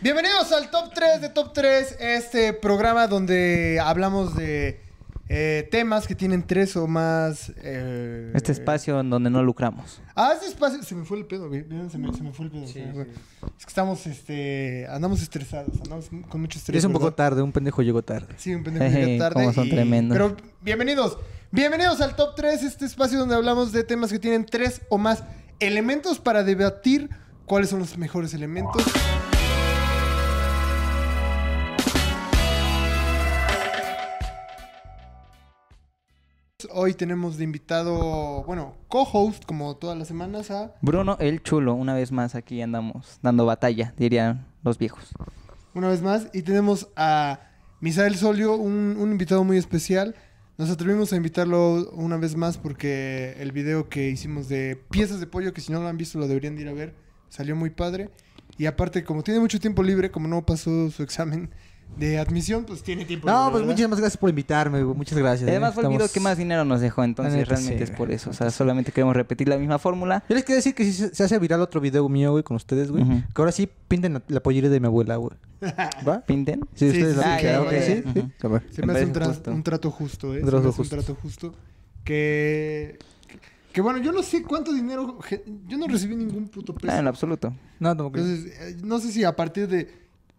Bienvenidos al Top 3 de Top 3, este programa donde hablamos de eh, temas que tienen tres o más... eh, Este espacio en donde no lucramos. Ah, este espacio... Se me fue el pedo, güey. Vieron, Se me, se me fue el pedo. se me fue. Es que estamos, este... Andamos estresados, andamos con mucho estrés. es un ¿verdad? poco tarde, un pendejo llegó tarde. Sí, un pendejo llega tarde. Cómo son y- tremendos. Pero bienvenidos. Bienvenidos al Top 3, este espacio donde hablamos de temas que tienen tres o más elementos para debatir cuáles son los mejores elementos. Hoy tenemos de invitado, bueno, co-host como todas las semanas a... Bruno el Chulo, una vez más aquí andamos dando batalla, dirían los viejos. una vez más. Y tenemos a Misael Solio, un, un invitado muy especial. Nos atrevimos a invitarlo una vez más porque el video que hicimos de piezas de pollo, que si no lo han visto lo deberían de ir a ver, salió muy padre. Y aparte, como tiene mucho tiempo libre, como no pasó su examen de admisión, pues tiene tiempo libre. No, pues ¿verdad? muchísimas gracias por invitarme, güey. Muchas gracias. Además eh. fue el video Estamos- que más dinero nos dejó, entonces La neta, realmente sí, es güey. por eso. O sea, solamente queremos repetir la misma fórmula. Yo les quería decir que si se se hace viral otro video mío, güey, con ustedes, güey. Ujú. Que ahora sí pinten la, la pollera de mi abuela, güey. ¿Va? ¿Pinten? Ah, Sí, Sí, ustedes sí, Ah, la sí, pintan, ok, ¿sí? ok. sí. Ujú. A ver. Se Me me hace un, parece tra- justo. un trato justo, ¿eh? Un Se me trato hace justo. un trato justo. Que... Que bueno, yo no sé cuánto dinero... ge- Yo no recibí ningún puto peso. Nada, Ah, en lo absoluto. No, no, güey. Entonces, eh, no sé si a partir de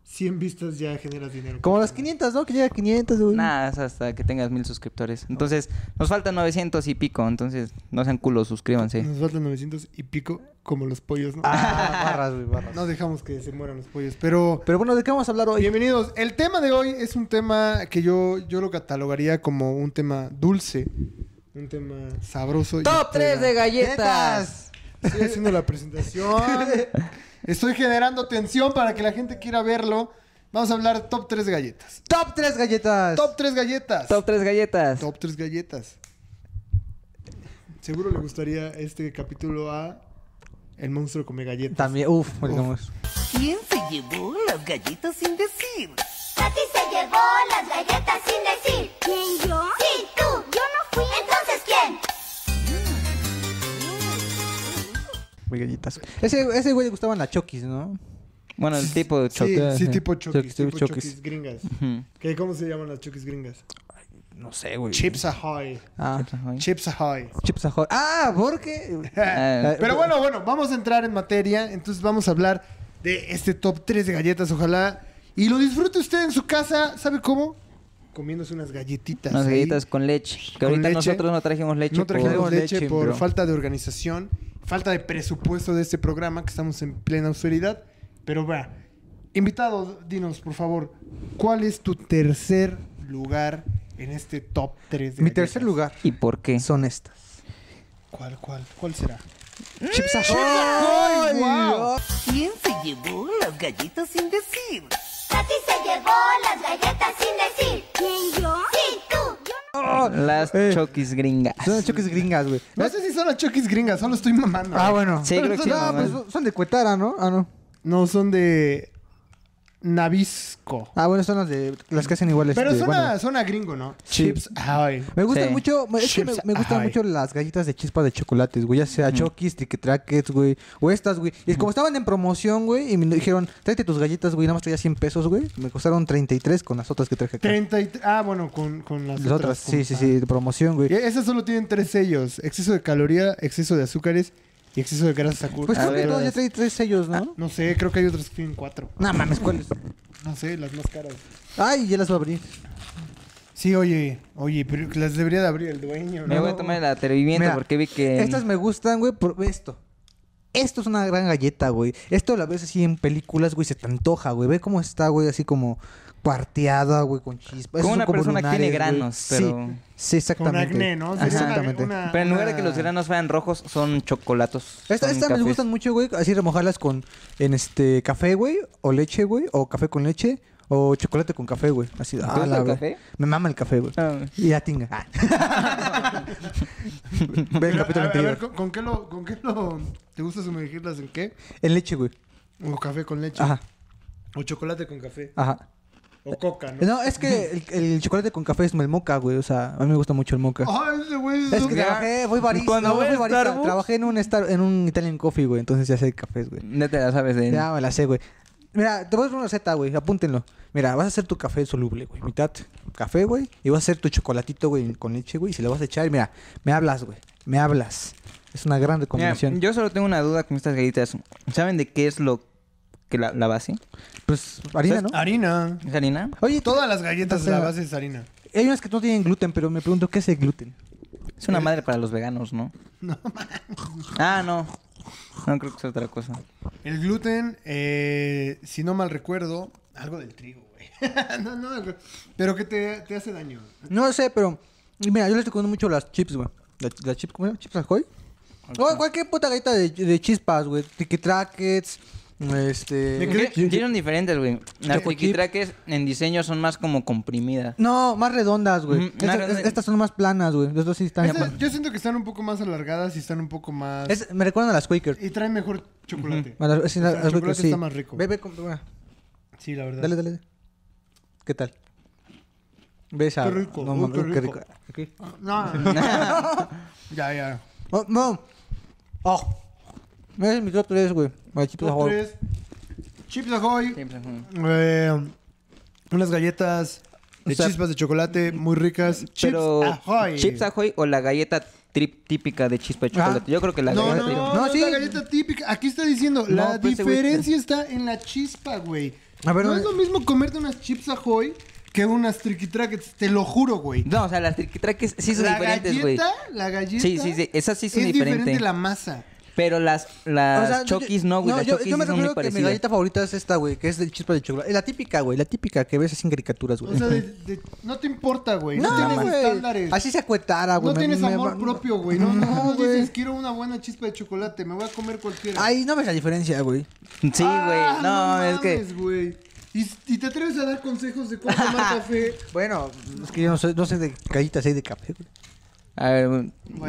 100 vistas ya generas dinero. Como las 500, ¿no? Que llega a 500, güey. Nada, es hasta que tengas mil suscriptores. Entonces, nos faltan 900 y pico, entonces no sean culos, Mm. suscríbanse. Nos faltan 900 y pico, como los pollos, ¿no? Ah, barras, güey, barras. No dejamos que se mueran los pollos, pero... Pero bueno, ¿de qué vamos a hablar hoy? Bienvenidos. El tema de hoy es un tema que yo, yo lo catalogaría como un tema dulce, un tema sabroso. ¡Top 3 de galletas! galletas! Estoy haciendo la presentación. Estoy generando tensión para que la gente quiera verlo. Vamos a hablar top 3 de galletas. Top 3 galletas. Top 3 galletas. Top 3 galletas. Top 3 galletas. Seguro le gustaría este capítulo a El monstruo come galletas. También, uff, digamos. ¿Quién se llevó las galletas sin decir? Katy se llevó las galletas sin decir. ¿Quién yo? Sí, tú. Yo no fui. Entonces, ¿quién? Muy galletas. Ese, ese güey le gustaban las chokis, ¿no? Bueno, el tipo de Sí, chocolate. sí, tipo chokis, Chokis, tipo chokis. chokis gringas. ¿Qué, ¿Cómo se llaman las chokis gringas? No sé, güey. Chips Ahoy. Ah, Chips Ahoy. Eh, chips ajo. Ah, porque. Ah, Pero bueno, bueno, vamos a entrar en materia. Entonces vamos a hablar de este top 3 de galletas, ojalá. Y lo disfrute usted en su casa, ¿sabe cómo? Comiéndose unas galletitas. Unas ahí. galletas con leche. Que Con ahorita leche. nosotros no trajimos leche. No trajimos por- leche, leche, por bro. falta de organización, falta de presupuesto de este programa que estamos en plena austeridad. Pero va, invitado, dinos por favor, ¿cuál es tu tercer lugar en este top 3 de Mi galletas? tercer lugar ¿Y por qué? son estas. ¿Cuál, cuál, cuál será? Chips ajo. ¡Ay, wow! ¿Quién se llevó las galletas sin decir? Katy se llevó las galletas sin decir. ¿Quién yo? Sí, tú. Yo no Las Eh. choquis gringas. Son las chokis gringas, güey. No sé si son las choquis gringas, solo estoy mamando. Ah, eh. bueno. Sí, creo que sí, no, mamá. pues, son de Cuetara, ¿no? Ah, no. No, son de Nabisco. Ah, bueno, son las de las que hacen iguales. Pero de- suena, Este, bueno. suena gringo, ¿no? Chips. Ahoy. Me gustan Sí. mucho, me- es que me, Chips me gustan Ahoy. mucho las galletas de chispa de chocolates, güey. Ya sea Chokis, Triquetrackets, güey. O estas, güey. Y como estaban en promoción, güey, y me dijeron, tráete tus galletas, güey. Nada más traía 100 pesos, güey. Me costaron 33 con las otras que traje acá. 33 Ah, bueno, con, con las, Este. Las otras, con- sí, sí, ah. sí, de promoción, Y güey. esas solo tienen tres sellos: exceso de caloría, exceso de azúcares y exceso de grasas sacu- Pues A creo que ver, todas las- ya trae tres sellos, ¿no? No sé, creo que hay otras que tienen cuatro. Ah, No mames, ¿cuáles? No sé, las más caras. Ay, ya las voy a abrir. Sí, oye, oye, pero que las debería de abrir el dueño, Me ¿no? voy a tomar el atrevimiento Mira, porque vi que. Estas me gustan, güey, por esto. Esto es una gran galleta, güey. Esto la ves así en películas, güey, se te antoja, güey. Ve cómo está, güey, así como cuarteada, güey, con Como chispas. Esos son una persona que tiene lunares, güey. granos, pero- Sí, sí, exactamente. Con acné, ¿no? Sería una- Exactamente. una- Pero en lugar de una- que los granos fueran rojos, son chocolatos. Esta- son Estas me cafés. gustan mucho, güey. Así remojarlas con, en este, café, güey, o leche, güey, o café con leche. O chocolate con café, güey. Así, ah, gusta la el ver- café? Me mama el café, güey. Ah. Y la tinga. Ah. Ve Pero, el a, capítulo ver, a ver, anterior. ¿con, con qué lo, con qué lo, te gusta sumergirlas en qué? En leche, güey. O café con leche. Ajá, O chocolate con café. ajá. O coca, ¿no? No, es que el, el chocolate con café es el moca, güey. O sea, a mí me gusta mucho el moca. Ay, Ah, ese güey es, es un- que trabajé, fui barista. Ah, Cuando no, voy fui a barista. Starbucks- Trabajé en un, Star- en un Italian Coffee, güey. Entonces ya sé cafés, güey. Ya te la sabes eh. de. Ya me la sé, güey. Mira, te voy a hacer una receta, güey. Apúntenlo. Mira, vas a hacer tu café soluble, güey. Mitad café, güey. Y vas a hacer tu chocolatito, güey, con leche, güey. Y se lo vas a echar. Y mira, me hablas, güey. Me hablas. Es una gran Mira, recomendación. yo solo tengo una duda con estas galletas. ¿Saben de qué es lo que la, la base? Pues harina, ¿no? Harina. ¿Es harina? Oye, Todas las galletas, la base es harina. hay unas que no tienen gluten, pero me pregunto, ¿qué es el gluten? Es Eh. una madre para los veganos, ¿no? No, Ah, no. No creo que sea otra cosa. El gluten, eh, si no mal recuerdo, algo del trigo, güey. no, no, algo- pero que te, te hace daño. No sé, pero. y Mira, yo les recomiendo mucho las chips, güey. La- ¿Las chips, cómo se llama? ¿Chips Ahoy? O cualquier puta galleta de, de chispas, güey. Tiquitrackets. Me Este. quedé- Tie- Tienen diferentes, güey. Las Choco Chip. tiquitraques en diseño son más como comprimidas. No, más redondas, güey. Mm, Estas- más redondas. es- estas son más planas, güey. Las dos sí están. Esas- yo siento que están un poco más alargadas y están un poco más... Es- me recuerdan a las Quaker. Y traen mejor chocolate. A las- sí, las- El las chocolate Quaker, sí. está más rico. Ah. Ve, ve, com- bueno, Sí, la verdad. dale, dale. ¿Qué tal? Ves a. Qué rico, No, uy, mames, qué qué rico. rico. No, ya, ya. Oh, no. Oh. Ese es mi top 3, güey. Las Chips Top Ahoy. tres. Chips Ahoy. Siempre, mm. Eh, unas galletas de O sea, chispas de chocolate muy ricas. Pero Chips Ahoy. Chips Ahoy o la galleta trip- típica de chispa de chocolate. Yo creo que la no, galleta no, típica. no, No, es sí. la galleta típica. Aquí está diciendo, No, la pero ese güey- diferencia está en la chispa, güey. A ver, no no- es lo mismo comerte unas chips Ahoy que unas Tricky Trackets, te lo juro, güey. No, o sea, las triquitraques sí son la diferentes, galleta, güey. la galleta. Sí, sí, sí, esas sí son es diferente. la masa. Pero las, O las sea, yo- chokis no, güey. las yo, chokis yo me sí son muy recuerdo que mi parecidas. galleta favorita es esta, güey, que es de chispa de chocolate. Es la típica, güey, la típica que ves así en caricaturas, güey. O sea, de- de- no te importa, güey. No, no, tienes güey. estándares. Así se ah, acuetara, güey. no me- tienes me- amor me- propio, güey. No, no, no güey. dices, quiero una buena chispa de chocolate, me voy a comer cualquiera. Ay, no ves la diferencia, güey. Sí, güey. Ah, no, es que. mames, güey. Y, y te atreves a dar consejos de cómo tomar café. Bueno, es que yo no sé, no sé de galletas, hay de café, güey. A ver,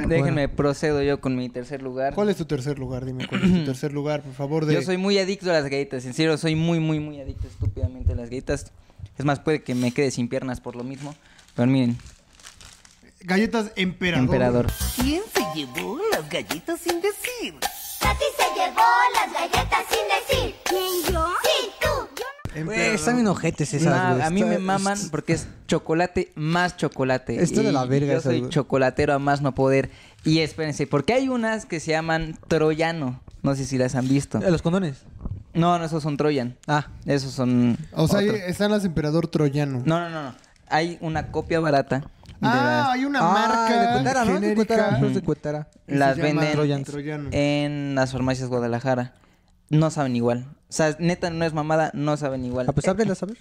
déjenme procedo yo con mi tercer lugar. ¿Cuál es tu tercer lugar? Dime, ¿cuál es tu tercer lugar, por favor? De... Yo soy muy adicto a las galletas. En serio, soy muy, muy, muy adicto estúpidamente a las galletas. Es más, puede que me quede sin piernas por lo mismo. Pero miren, Galletas Emperador. emperador. ¿Quién se llevó las galletas sin decir? Katy se llevó las galletas sin decir. ¿Quién yo? Sí, tú. Yo no- Emperador. Güey, están bien ojetes Nah, esas, güey. a mí Está- me maman está- porque es chocolate más chocolate. Está de Y la verga Yo esas, soy güey. chocolatero a más no poder. Y espérense, porque hay unas que se llaman troyano. No sé si las han visto. Eh, Los condones. No, no, esos son troyan. Ah, esos son. O sea, otro. ahí están las Emperador Troyano. No, no, no, no. Hay una copia barata. de Ah, las- hay una Ah, marca De Cuetara, ¿no? De Cuetara, genérica. los de Cuetara. y se las llama venden Troyans. en las farmacias Guadalajara. No saben igual. O sea, neta, no es mamada, no saben igual. Ah, pues ábrelas, a ver.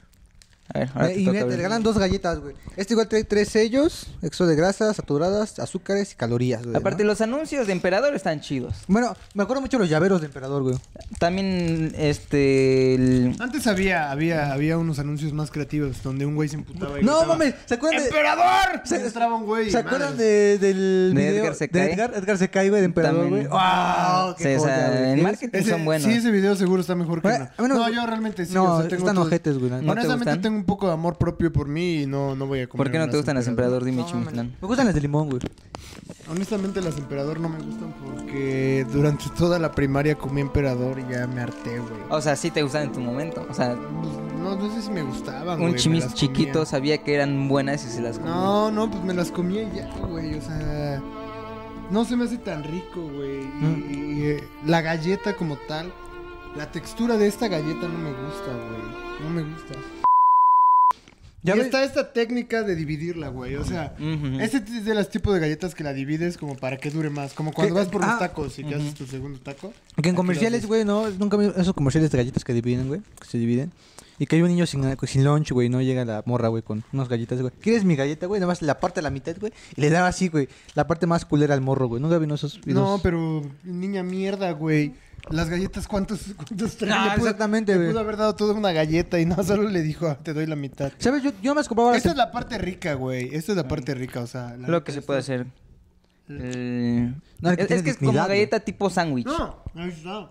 A ver, ahora Eh, Ah, te y toca mira, te abrir. regalan dos galletas, güey. Este igual trae tres sellos, exceso de grasas, saturadas, azúcares y calorías, güey. Aparte, ¿no? los anuncios de Emperador están chidos. Bueno, me acuerdo mucho de los llaveros de Emperador, güey. También, este... el- Antes había, había, había unos anuncios más creativos donde un güey se emputaba y No, gritaba, mames, ¿se acuerdan de...? ¡Emperador! Se- Se entraba un güey. ¿Se acuerdan madre. de, del De video Edgar se cae. de Edgar? Edgar se cae, güey, de Emperador, güey. Ah, También. ¡Wow! ¡Qué Sí, o sea, joya, güey! en Es- marketing Ese- son buenos. Sí, ese video seguro está mejor que Bueno, no. a mí no no, me gu- yo realmente sí. No, o sea, tengo están todo- ojetes, güey, la neta. ¿No te Honestamente gustan? tengo un poco de amor propio por mí y no, no voy a comer. ¿Por qué no unas te gustan las Emperador? Dime, No, mames. Chimitlán. Me gustan las de limón, güey. Honestamente las emperador no me gustan porque durante toda la primaria comí emperador y ya me harté, güey. O sea, sí te gustan en tu momento. O sea, No, no sé si me gustaban, Ah, güey. un me chimis las chiquito comía. sabía que eran buenas y se las comía. No, no, pues me las comía y ya, güey. O sea, no se me hace tan rico, güey. Y- Mm. Y, eh, la galleta como tal, la textura de esta galleta no me gusta, güey. No me gusta. Ya y ve- está esta técnica de dividirla, güey. O sea, Ujú. este es de los tipos de galletas que la divides como para que dure más. Como cuando ¿Qué? vas por los Ah. tacos y que haces tu segundo taco. Que Aquí en comerciales, lo güey, no, nunca vi esos comerciales de galletas que dividen, güey, que se dividen. Y que hay un niño sin, sin lunch, güey, no llega la morra, güey, con unas galletas, güey. ¿Quieres mi galleta, güey? Nada más la parte a la mitad, güey. Y le daba así, güey, la parte más culera al morro, güey. Nunca vino esos videos. No, pero niña mierda, güey. Las galletas, ¿cuántos, cuántos traen? Ah, Le pudo- exactamente, le güey. pudo haber dado toda una galleta y no, solo le dijo, "Ah, te doy la mitad. ¿Sabes? Yo, yo me las compraba las Esta es la parte rica, güey. Esta es la parte rica, o sea. la Lo neta que se es- puede hacer. El- No, que es, tiene es que es dignidad, como güey. galleta tipo sándwich. No, ahí está.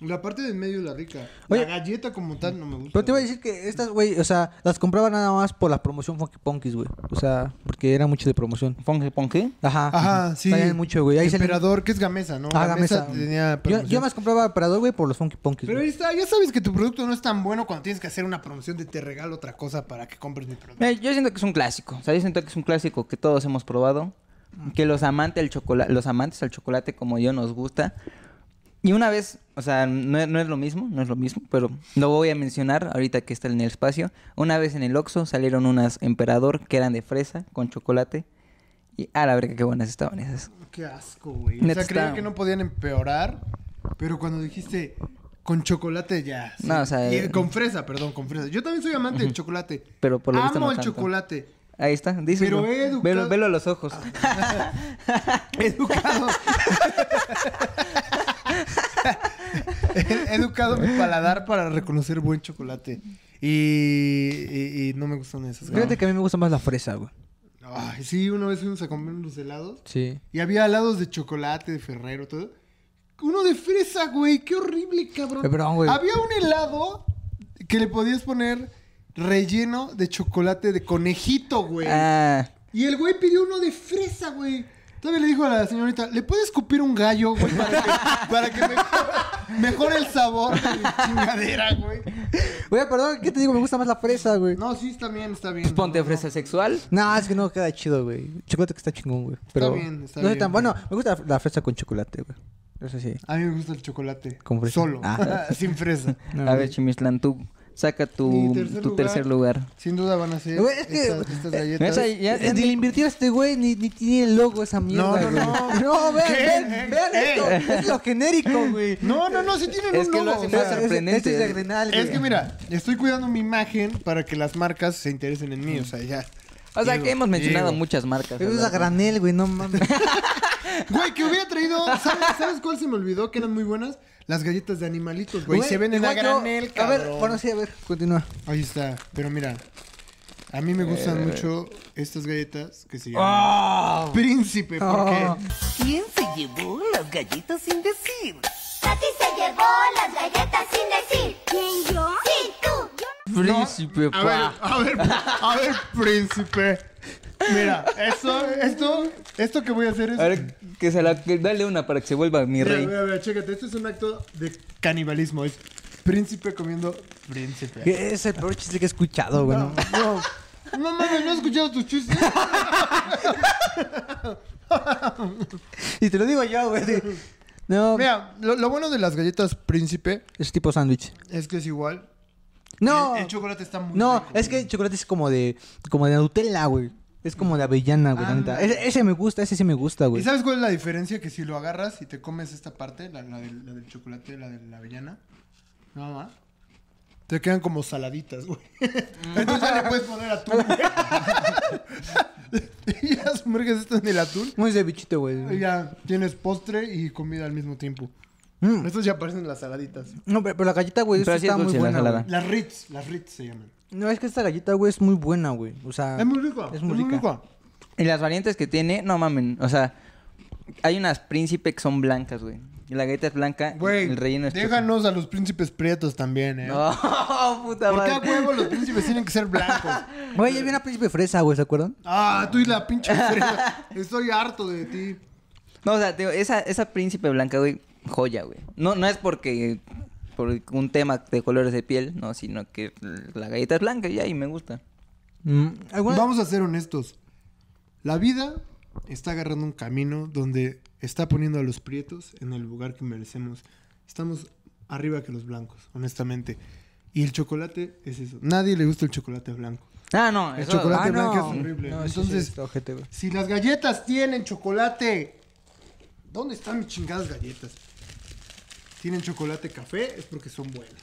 La parte del medio es la rica. Oye. la galleta como tal no me gusta. Pero te voy a güey. decir que estas, güey, o sea, las compraba nada más por la promoción Funky Punkies, güey. O sea, porque era mucho de promoción. Ponge, ponge. Ajá. Ajá, sí. Salían mucho, güey. Ahí salían- Emperador, que es Gamesa, ¿no? Ah, Gamesa Gamesa. tenía Yo, yo promoción. más compraba Emperador, güey, por los Funky Punkies, Pero güey. ahí está, ya sabes que tu producto no es tan bueno cuando tienes que hacer una promoción de te regalo otra cosa para que compres mi producto. Mira, Eh, yo siento que es un clásico. O sea, yo siento que es un clásico que todos hemos probado. Que los amantes al chocolate, los amantes al chocolate como yo nos gusta. Y una vez, o sea, no, no es lo mismo, no es lo mismo, pero lo voy a mencionar ahorita que está en el espacio. Una vez en el Oxxo salieron unas emperador que eran de fresa con chocolate. Y a la verga qué buenas estaban esas. Qué asco, güey. O Neta sea, creía está- que no podían empeorar, pero cuando dijiste con chocolate ya. sí. No, o sea, Y, eh, con fresa, perdón, con fresa. Yo también soy amante del chocolate. Pero por lo Amo visto no el tanto. chocolate. Ahí está, dice. Pero he educado- velo, velo a los ojos. Educado. He educado mi paladar para reconocer buen chocolate. Y, y- y no me gustan esas. Fíjate que a mí me gusta más la fresa, güey. Ay, sí, una vez fuimos a comer unos helados. Sí. Y había helados de chocolate, de Ferrero, todo. Uno de fresa, güey. Qué horrible, cabrón. Eh, perdón, güey. Había un helado que le podías poner relleno de chocolate de conejito, güey. Ah, Y el güey pidió uno de fresa, güey. Todavía le dijo a la señorita, ¿le puede escupir un gallo, güey? Para que, para que mejore, mejore el sabor de mi chingadera, güey. Güey, perdón, ¿qué te digo? Me gusta más la fresa, güey. No, No, sí, está bien, está bien. Pues ponte No, no. fresa sexual. es que no queda chido, güey. Chocolate que está chingón, güey. Pero bien, está no soy bien, tan güey. bueno. Me gusta la, la fresa con chocolate, güey. Eso sí. A mí me gusta el chocolate. Con fresa. Solo. Ah. Sin fresa. a ver, Chimislán, tú saca tu Mi tercer tu lugar. tercer lugar. Sin duda van a ser Güey, es que- estas, estas galletas. Esa- ya- Eh, ni le invirtió a este güey, ni, ni tiene el logo esa mierda. No, no, güey. no. No, vean, ¿Qué? vean, vean Eh, esto. eh. Es lo genérico, güey. No, no, no, sí tienen Es un que lo logo. hacen o más sea, sorprendente. Es, es hexagonal, es que güey. mira, estoy cuidando mi imagen para que las marcas se interesen en mí, o sea, ya. O sea, Digo, que hemos mencionado digo. muchas marcas. Pero es ¿verdad? a granel, güey, no mames. Güey, que hubiera traído, ¿sabes, ¿sabes cuál se me olvidó que eran muy buenas? Las galletas de animalitos, güey, Güey, se venden a igual yo- granel, A cabrón. ver, bueno, sí, a ver, continúa. Ahí está, pero mira, a mí me gustan mucho estas galletas que se llaman Eh. Ah. Príncipe, porque Oh. ¿Quién se llevó las galletas sin decir? Katy se llevó las galletas sin decir. ¿Quién yo? Sí, tú. Yo no Príncipe, A ver, pa. a ver, a ver, príncipe. Mira, esto, esto, esto que voy a hacer es. A ver, que se la. que- dale una para que se vuelva mi mira, rey. mira, mira, chécate, esto es un acto de canibalismo. Es príncipe comiendo príncipe. ¿Qué es el peor chiste que he escuchado, güey? No, no. no, no mames, no he escuchado tus chistes. Y te lo digo yo, güey. de- No, Mira, lo, lo bueno de las galletas príncipe es tipo sándwich. es que es igual. No, El, el chocolate está muy. no, rico. es que el chocolate es como de, como de Nutella, güey. Es como de avellana, güey, la neta. Ese, ese me gusta, ese sí me gusta, Ah. ¿Y güey. sabes cuál es la diferencia? Que si lo agarras y te comes esta parte, la, la del, la del chocolate, la de la avellana, no mamá, te quedan como saladitas, güey. Entonces ya le puedes poner atún, güey. y ya sumerges esto en el atún Muy de bichito, güey. y ya tienes postre y comida al mismo tiempo. Mm. Estos ya parecen las saladitas. No, pero, pero la galleta, güey, Pero esta sí es está muy dulce la buena. jalada. güey. Las Ritz, las Ritz se llaman. No, es que esta galleta, güey, es muy buena, güey. O sea, es muy rico, Ah. Es muy rica. Y las variantes que tiene, no mamen. O sea, hay unas príncipe que son blancas, güey. Y la galleta es blanca. Güey, el relleno es. déjanos a los príncipes prietos también, eh. chocolate. No, Oh, puta ¿Por qué a madre. huevo los príncipes tienen que ser blancos? Güey, ya viene a Príncipe Fresa, güey, ¿se acuerdan? Ah, tú y la pinche fresa. Estoy harto de ti. No, o sea, te digo, esa, esa príncipe blanca, güey, joya, güey. No, no es porque. Por un tema de colores de piel, no, sino que la galleta es blanca y ahí me gusta. Mm, ¿alguna- Vamos a ser honestos. La vida está agarrando un camino donde está poniendo a los prietos en el lugar que merecemos. Estamos arriba que los blancos, honestamente. Y el chocolate es eso. Nadie le gusta el chocolate blanco. Ah, no, El eso- chocolate Ah, no. blanco es horrible. No, sí, sí, Entonces, está ojete, güey. si las galletas tienen chocolate, ¿dónde están mis chingadas galletas? Tienen chocolate café, es porque son buenas.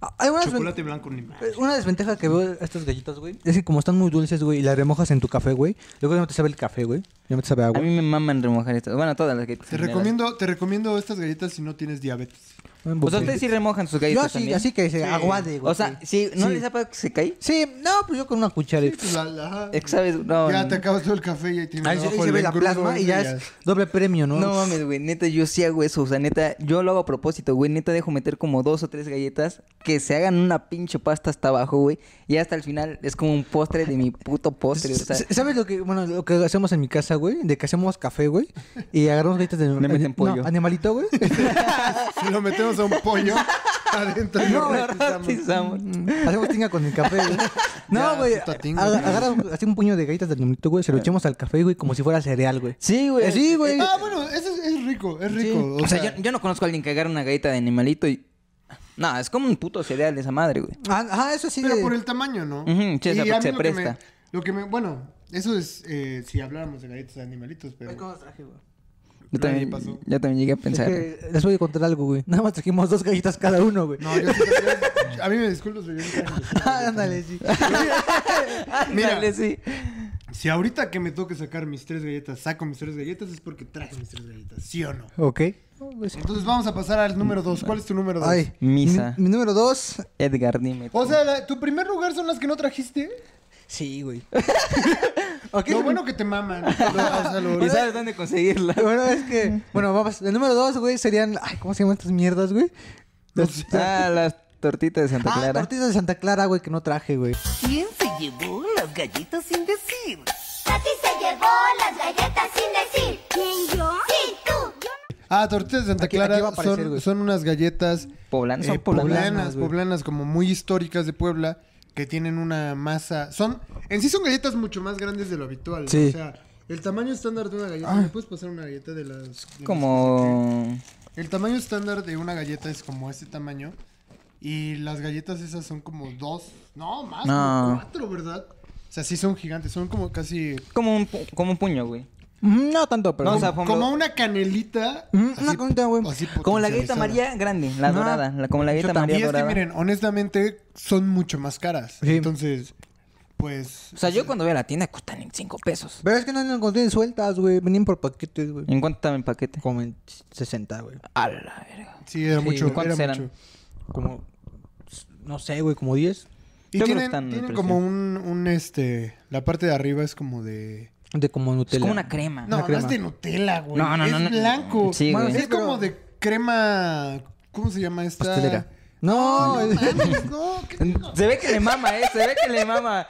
Ah, hay unas ven- Chocolate blanco ni más. eh, Una desventaja que veo a estas galletas, güey, es que como están muy dulces, güey, y las remojas en tu café, güey, luego no te sabe el café, güey. Ya me sabe a A agua. mí me maman remojar estas. Bueno, todas las galletas. Te en general. recomiendo, te recomiendo estas galletas si no tienes diabetes. O sea, ustedes sí remojan sus Yo galletas así, también. así que se aguade, güey. O sea, si no Sí. les da para que se cae. Sí, no, pues yo con una cuchara. Pues la- la- Es que sabes, no. ya no. te acabas todo el café y ahí tienes Ahí se, ahí abajo se el ve la engrudo plasma y ese ya es doble premio, ¿no? No mames, güey, neta, yo sí hago eso, o sea, neta, yo lo hago a propósito, güey, neta, dejo meter como dos o tres galletas que se hagan una pinche pasta hasta abajo, güey, y hasta el final es como un postre de mi puto postre, o sea, S- ¿Sabes lo que, bueno, lo que hacemos en mi casa, güey? De que hacemos café, güey. Y agarramos galletas de Le meten no, pollo. animalito, güey. Si lo metemos a un pollo adentro. no, lo lo rostizamos. rostizamos. hacemos tinga con el café, güey. No, Ya, güey. puta tinga, aga- güey. Agarras así un puño de galletas de animalito, güey. Se lo echamos al café, güey, como si fuera cereal, güey. Eh, Sí, güey. Sí, güey. Ah, bueno, eso es, es rico, es rico. O, sea, yo, yo no conozco a alguien que agarre una galleta de animalito y... No, es como un puto cereal de esa madre, güey. Ah, ah, eso sí. Pero de- por el tamaño, ¿no? Ujú, sí, o sea, Y a mí porque se lo que me- presta. lo que me, bueno, eso es eh, si habláramos de galletas de animalitos, pero... Ay, ¿cómo los traje, güey? Yo Nadie también, pasó. yo también llegué a pensar. Es que les voy a contar algo, güey. Nada más trajimos dos galletas cada uno, güey. No, yo sí- yo- a mí me disculpo, pero yo nunca dejé de comer. Ah, Ándale, sí. Mira. Ándale, sí. Si ahorita que me toque sacar mis tres galletas, saco mis tres galletas, es porque traje mis tres galletas, ¿sí o no? Ok. Entonces vamos a pasar al número dos. ¿Cuál es tu número dos? Ay, Misa. Mi, mi número dos. Edgar, dime. O sea, la- tu primer lugar son las que no trajiste. Sí, güey. ok. Lo bueno que te maman. Lo- o sea, lo- ¿Y sabes dónde conseguirla? Bueno, es que. Bueno, vamos. El número dos, güey, serían. Ay, ¿cómo se llaman estas mierdas, güey? Las- Ah, las tortitas de Santa Ah, Clara. tortitas de Santa Clara, güey, que no traje, güey. ¿Quién se llevó las galletas sin decir? Tati se llevó las galletas sin decir. ¿Quién yo? Sí, tú. Yo Ah, tortitas de Santa Aquí- Clara aquí va a aparecer, son, güey. son unas galletas Poblanas, son eh, poblanas, poblanas, güey. poblanas, como muy históricas de Puebla, que tienen una masa. Son, en sí son galletas mucho más grandes de lo habitual. ¿no? Sí. O sea, el tamaño estándar de una galleta. Ah. ¿Me puedes pasar una galleta de las? de las- Como... El tamaño estándar de una galleta es como este tamaño. Y las galletas esas son como dos, no más, como No. cuatro, ¿verdad? O sea, sí son gigantes, son como casi. Como un, pu- como un puño, güey. Mm, No tanto, pero. No, o sea, por Como ejemplo, una canelita. Mm, una conita, güey. así como la galleta potencializada. María grande, la No, dorada. la- como la yo galleta Y María es que dorada. miren, honestamente son mucho más caras. Sí. Entonces, pues. O sea, yo cuando voy a la tienda cuestan en 5 pesos. Pero es que no las encontré en sueltas, güey. Venían por paquetes, güey. ¿En cuánto estaba el paquete? Como en 60, güey. A la verga. Sí, era Sí, mucho. ¿cuántos era eran? mucho. Como. No sé, güey, como 10. Y Yo creo que tienen, están tienen entre como cien. un, un este. La parte de arriba es como de. De como Nutella. Es como una crema. No, no crema. es de Nutella, güey. No, no, no, Es no. blanco. Sí, Bueno, güey. Es como de crema. ¿Cómo se llama esta? Pastelera. No, No, es- mames, no, ¿qué- Se ve que le mama, ¿eh? Se ve que le mama.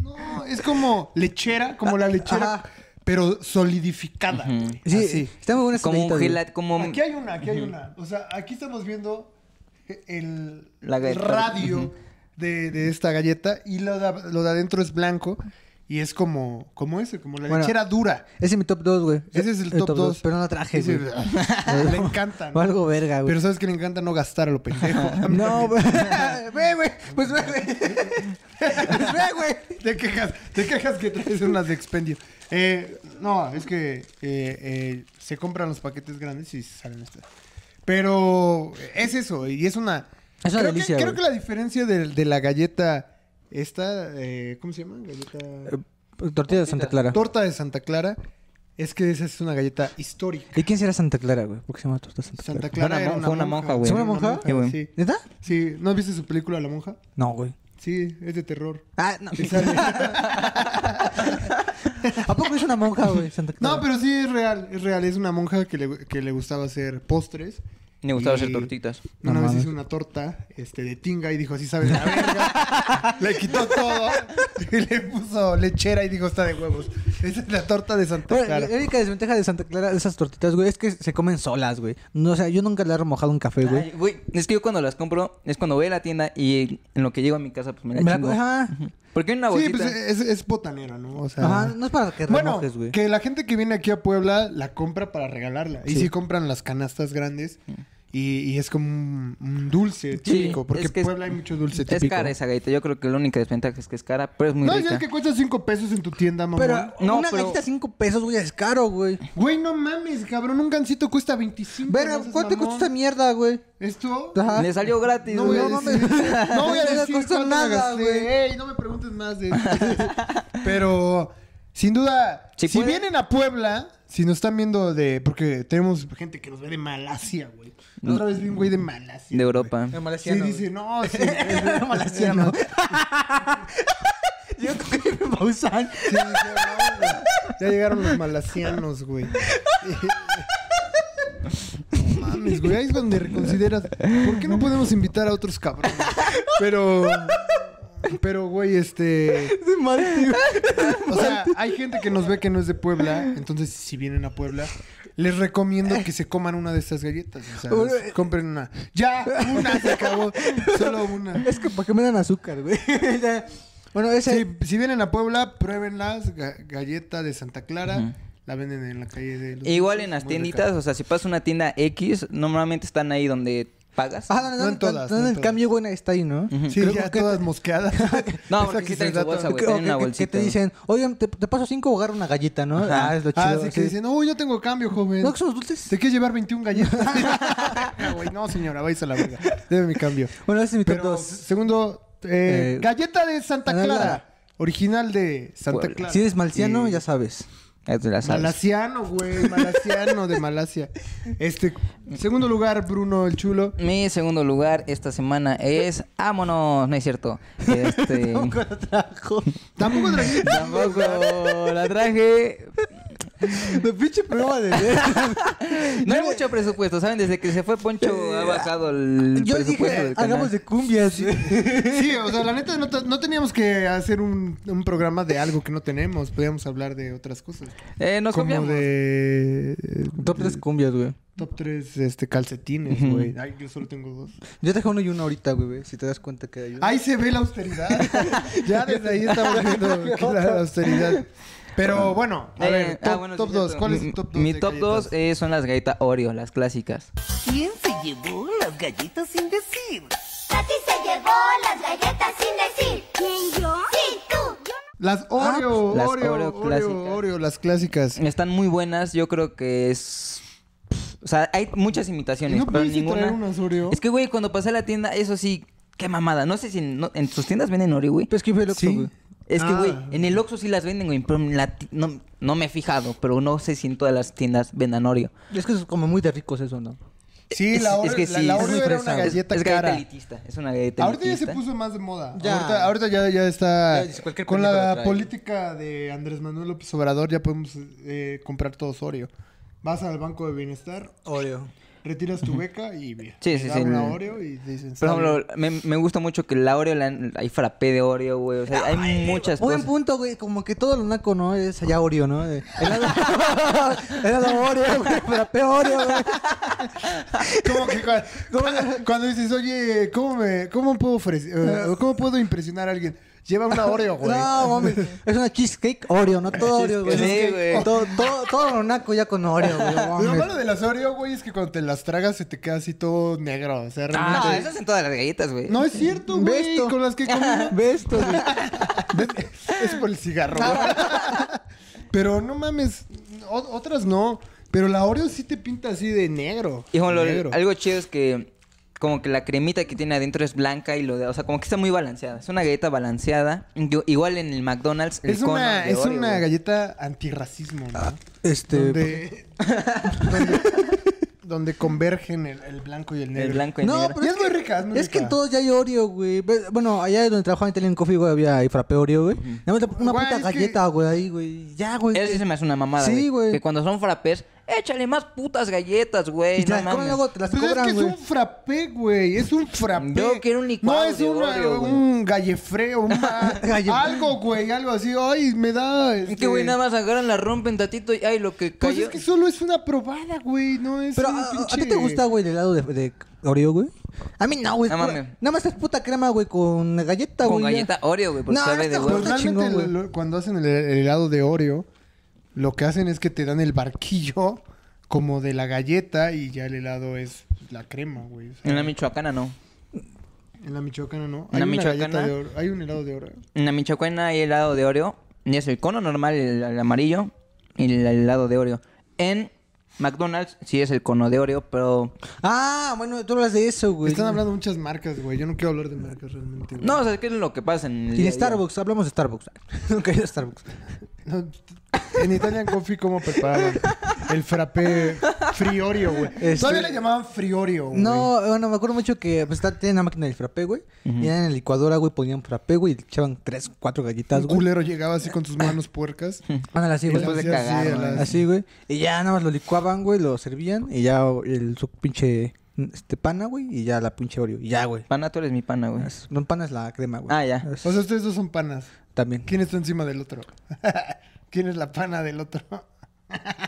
no, es como lechera, como la lechera, Ajá. pero solidificada. güey. Sí, Así. está muy buena esa Como un galleta, güey. gelat, como... Aquí hay una, aquí hay una. O sea, aquí estamos viendo el La galleta. radio de, de esta galleta y lo de, lo de adentro es blanco y es como, como ese, como la Bueno. lechera dura. Ese es mi top 2, güey. Ese es el top 2. Pero no la traje, güey. le encanta. O ¿no? algo verga, güey. Pero sabes que le encanta no gastar a lo pendejo. No, güey. Ve, güey. Pues ve, güey. Pues ve, güey. Te quejas, te quejas que traes unas de expendio. Eh, no, es que eh, eh, se compran los paquetes grandes y salen estas. Pero eh, es eso, y es una... Es una creo delicia, Que, creo güey. que la diferencia de, de la galleta esta, eh, ¿cómo se llama? Galleta... Eh, Tortilla de Santa Clara. Torta de Santa Clara, es que esa es una galleta histórica. ¿Y quién será Santa Clara, güey? ¿Por qué se llama torta de Santa Santa Clara? Clara Fue era una mon- una fue una monja, güey. ¿Fue una monja? Qué bueno. sí. ¿Neta? Sí, ¿no viste su película La Monja? No, güey. Sí, es de terror. Ah, no. ¿A poco es una monja, güey? Santa Clara. No, pero sí es real, es real. Es una monja que le, que le gustaba hacer postres. Me Y gustaba hacer tortitas. Una No vez mames. hizo una torta este, de tinga y dijo, así sabe de la verga. le quitó todo y le puso lechera y dijo, está de huevos. Esa es la torta de Santa Bueno, Clara. La eh, única desventaja de Santa Clara, de esas tortitas, güey, es que se comen solas, güey. No, o sea, yo nunca le he remojado un café, Ay, güey. Güey, es que yo cuando las compro, es cuando voy a la tienda y en lo que llego a mi casa, pues me la Me la chingo. co- ajá. Ujú. Porque en una Sí, bolsita... pues es, es botanera, ¿no? O sea... Ajá, no es para que Bueno, remojes, güey. que la gente que viene aquí a Puebla la compra para regalarla. Y Sí. sí compran las canastas grandes. Y, y es como un, un dulce Mm. Sí, típico. porque es que en es- Puebla hay mucho dulce típico. Es cara esa galleta. Yo creo que la única desventaja es que es cara, pero es muy no, ya rica. es que cuesta 5 pesos en tu tienda, mamón. Pero No, una pero- galleta de 5 pesos, güey, es caro, güey. Güey, no mames, cabrón. Un gancito cuesta 25. Verga, no seas ¿cuánto te mamón. cuesta esta mierda, güey? ¿Esto? Ajá. Le salió gratis, No voy güey. a No decir, mames. no voy a No me decir costó cuánto me nada, gasté. güey. Ey, no me preguntes más de esto. Pero Sin duda, Si si, pueden- vienen a Puebla, si nos están viendo de. Porque tenemos gente que nos ve de Malasia, güey. La Otra vez vi un güey de Malasia. De güey. Europa. Era Sí, malasiano, dice, no, sí. Malasiano. Sí, güey. Yo con Pepe Maussan. dice, no, güey. Ya llegaron los malasianos, güey. No Mames, güey, ahí es donde reconsideras. ¿Por qué no podemos invitar a otros cabrones? Pero. Pero, güey, este. De Malti, güey. O sea, hay gente que nos ve que no es de Puebla, entonces si vienen a Puebla, les recomiendo que se coman una de estas galletas. O sea, les- compren una. Ya, una se acabó. Solo una. Es que para qué me dan azúcar, güey. Ya. bueno, ese. Si, si vienen a Puebla, pruébenlas. ga- galleta de Santa Clara. La venden en la calle de los... Igual en las Muy tienditas, rica. o sea, si pasas una tienda X, normalmente están ahí donde pagas. Ah, no, no, No en todas, No, no en el todas. cambio, güey, está ahí, ¿no? Sí, Creo ya que- todas mosqueadas. No, Esa porque que sí se traen su da bolsa, todo. güey. que- Tienen una que- que bolsita. te dicen, oigan, te, te paso cinco hogar una galleta, ¿no? Ajá. Ah, es lo chido. Ah, sí que sí. dicen, no, yo tengo cambio, joven. ¿No que son los dulces? ¿Te quieres llevar 21 galletas? Ah, güey, no, señora, vais a la verga. Debe mi cambio. Bueno, ese es mi top Pero, 2. segundo, eh, Eh, galleta de Santa Ana Clara. Clara. Original de Santa Puebla. Clara. Si eres malciano, Y- ya sabes. Ya te la sabes. Malasiano, güey. Malasiano de Malasia. Este, segundo lugar, Bruno el Chulo. Mi segundo lugar esta semana es... ¡Vámonos! No es cierto. Este... Nunca lo trajo. Tampoco trajiste. Tampoco la traje. La pinche prueba de No hay mucho presupuesto, ¿saben? Desde que se fue Poncho Eh, ha bajado el Yo presupuesto dije, del canal. hagamos de cumbias. Sí, o sea, la neta, no, te- no teníamos que hacer un, un programa de algo que no tenemos. Podíamos hablar de otras cosas. Eh, nos Como copiamos. de. eh, Top 3 cumbias, güey. Top 3 este, calcetines, güey. Ay, yo solo tengo dos. Yo traje uno y uno ahorita, güey, güey. Si te das cuenta que hay uno. Ahí se ve la austeridad. ya desde ahí estamos viendo que la la austeridad. Pero bueno, a Eh, ver, ah, top, bueno, sí, cierto. 2. ¿Cuál es Mi- tu top 2? Mi top eh, 2 son las galletas Oreo, las clásicas. ¿Quién se llevó las galletas sin decir? Katy se llevó las galletas sin decir. ¿Quién yo? Sí, tú. Yo no Las Oreo, ah, pues, las Oreo, Oreo Oreo, clásicas. Oreo, las clásicas. Están muy buenas, yo creo que es... O sea, hay muchas imitaciones, ¿Y no pero pudiste ninguna... traer unas Oreo? Es que, güey, cuando pasé a la tienda, eso sí, qué mamada. No sé si en, no- en sus tiendas venden Oreo, güey. Pues que fue el Oxxo, Sí. güey. Es que, Ah. güey, en el Oxxo sí las venden, güey, pero en la ti- no, no me he fijado, pero no sé si en todas las tiendas vendan Oreo. Es que es como muy de ricos eso, ¿no? Sí, la Oreo, la- sí, la es Oreo muy era fresa, una güey. galleta es, es cara. Galleta elitista, es una galleta Ahorita ya se elitista. puso más de moda. Ya. Ahorita, ahorita ya, ya está. Ya, si cualquier con la pendejo lo trae. política de Andrés Manuel López Obrador ya podemos eh, comprar todos Oreo. Vas al Banco de Bienestar, Oreo. retiras tu beca y mira, Sí, te sí, dan sí. una Oreo y te dicen... Por "Está bien". ejemplo, me, me gusta mucho que la Oreo, la- hay frappé de Oreo, güey. O sea, hay muchas Buen cosas. punto, güey. Como que todo lo naco, ¿no? Es allá Oreo, ¿no? De- Helado, helado Oreo, güey. Frappé Oreo, güey. Como que cua- cuando, dices, oye, ¿cómo, me, cómo, puedo ofrecer, eh, ¿cómo puedo impresionar a alguien? Lleva una Oreo, güey. No, mami. Es una cheesecake Oreo, no todo Oreo, güey. Cheesecake, Sí, güey. Todo, todo, todo lo naco ya con Oreo, güey. Lo mames. malo de las Oreo, güey, es que cuando te las tragas se te queda así todo negro. O sea, Ah, realmente... esas en todas las galletas, güey. no es cierto, Ve güey. esto. Con las que comí. Ve esto, güey. es por el cigarro, güey. Pero no mames, o- otras no. Pero la Oreo sí te pinta así de negro. Hijo, lo- negro. algo chido es que como que la cremita que tiene adentro es blanca y lo de, o sea, como que está muy balanceada. Es una galleta balanceada. Yo- igual en el McDonald's el Es cono una, de es Oreo, una güey. galleta antirracismo, ¿no? Este. donde, donde, donde convergen el, el blanco y el negro. el blanco y No, negro. Y es muy rica, es muy Es que en rica. todos ya hay Oreo, güey. Ve- Bueno, allá donde trabajaba en Italian Coffee, güey, había ahí frappé Oreo, güey. Nada más Una Güey, es puta que- galleta, güey, ahí, güey. Ya, güey. Eso sí se me hace una mamada. Sí, güey. Que cuando son frappés, échale más putas galletas, güey. Y te No las cobran mames. luego, te las Pues es que cobran, es güey. un frappé, güey. Es un frappé. Yo quiero un licuado No es de una- Oreo, güey. un gallefreo, un Galle- algo, güey. Algo así. Ay, me da. Es este, que, güey, nada más agarran, la rompen tatito y ay, lo que Pues cayó. es que solo es una probada, güey. No es. Pero, un ¿a, a- ¿a pinche- ti te gusta, güey, el helado de, de Oreo, güey? A mí no, güey. es No pura- mames. Nada más es puta crema, güey, con galleta, Con güey. ya. galleta Oreo, güey, porque No, sabe de esta güey. huevo. Pues Está realmente chingón, güey. lo- lo- cuando hacen el, el helado de Oreo, lo que hacen es que te dan el barquillo como de la galleta y ya el helado es la crema, güey. O sea, En la Michoacana no. en la michoacana, ¿no? en Hay la una Michoacana- galleta de Oreo- Hay un helado de Oreo. En la Michoacana hay helado de Oreo. Y es el cono normal, el, el amarillo. Y el helado de Oreo. En McDonald's sí es el cono de Oreo, pero... Ah, bueno, tú hablas de eso, Pues güey. Están hablando muchas marcas, güey. Yo no quiero hablar de marcas realmente. güey. No, o sea, ¿qué es lo que pasa en el día Y de a día? Starbucks, hablamos de Starbucks. Nunca he ido a Starbucks. No, t- En Italian Coffee, ¿cómo preparaban? El frappé Friorio, güey. Este- Todavía le llamaban Friorio, güey. No, bueno, me acuerdo mucho que pues, está- tenían la máquina del frappé, güey. Y en la licuadora, güey, ponían frappé, güey, y le echaban tres, cuatro galletas, Un güey. culero llegaba así con sus manos puercas. Ándale, así, güey. Y Después de le hacía cagar, a güey. las- Así, güey. Y ya nada más lo licuaban, güey, lo servían. Y ya el, su pinche este, pana, güey. Y ya la pinche Oreo. Y ya, güey. Pana, tú eres mi pana, güey. Pues Es- No, pana es la crema, güey. Ah, ya. Es- O sea, ustedes dos son panas. también. ¿Quién está encima del otro? ¿Quién es la pana del otro?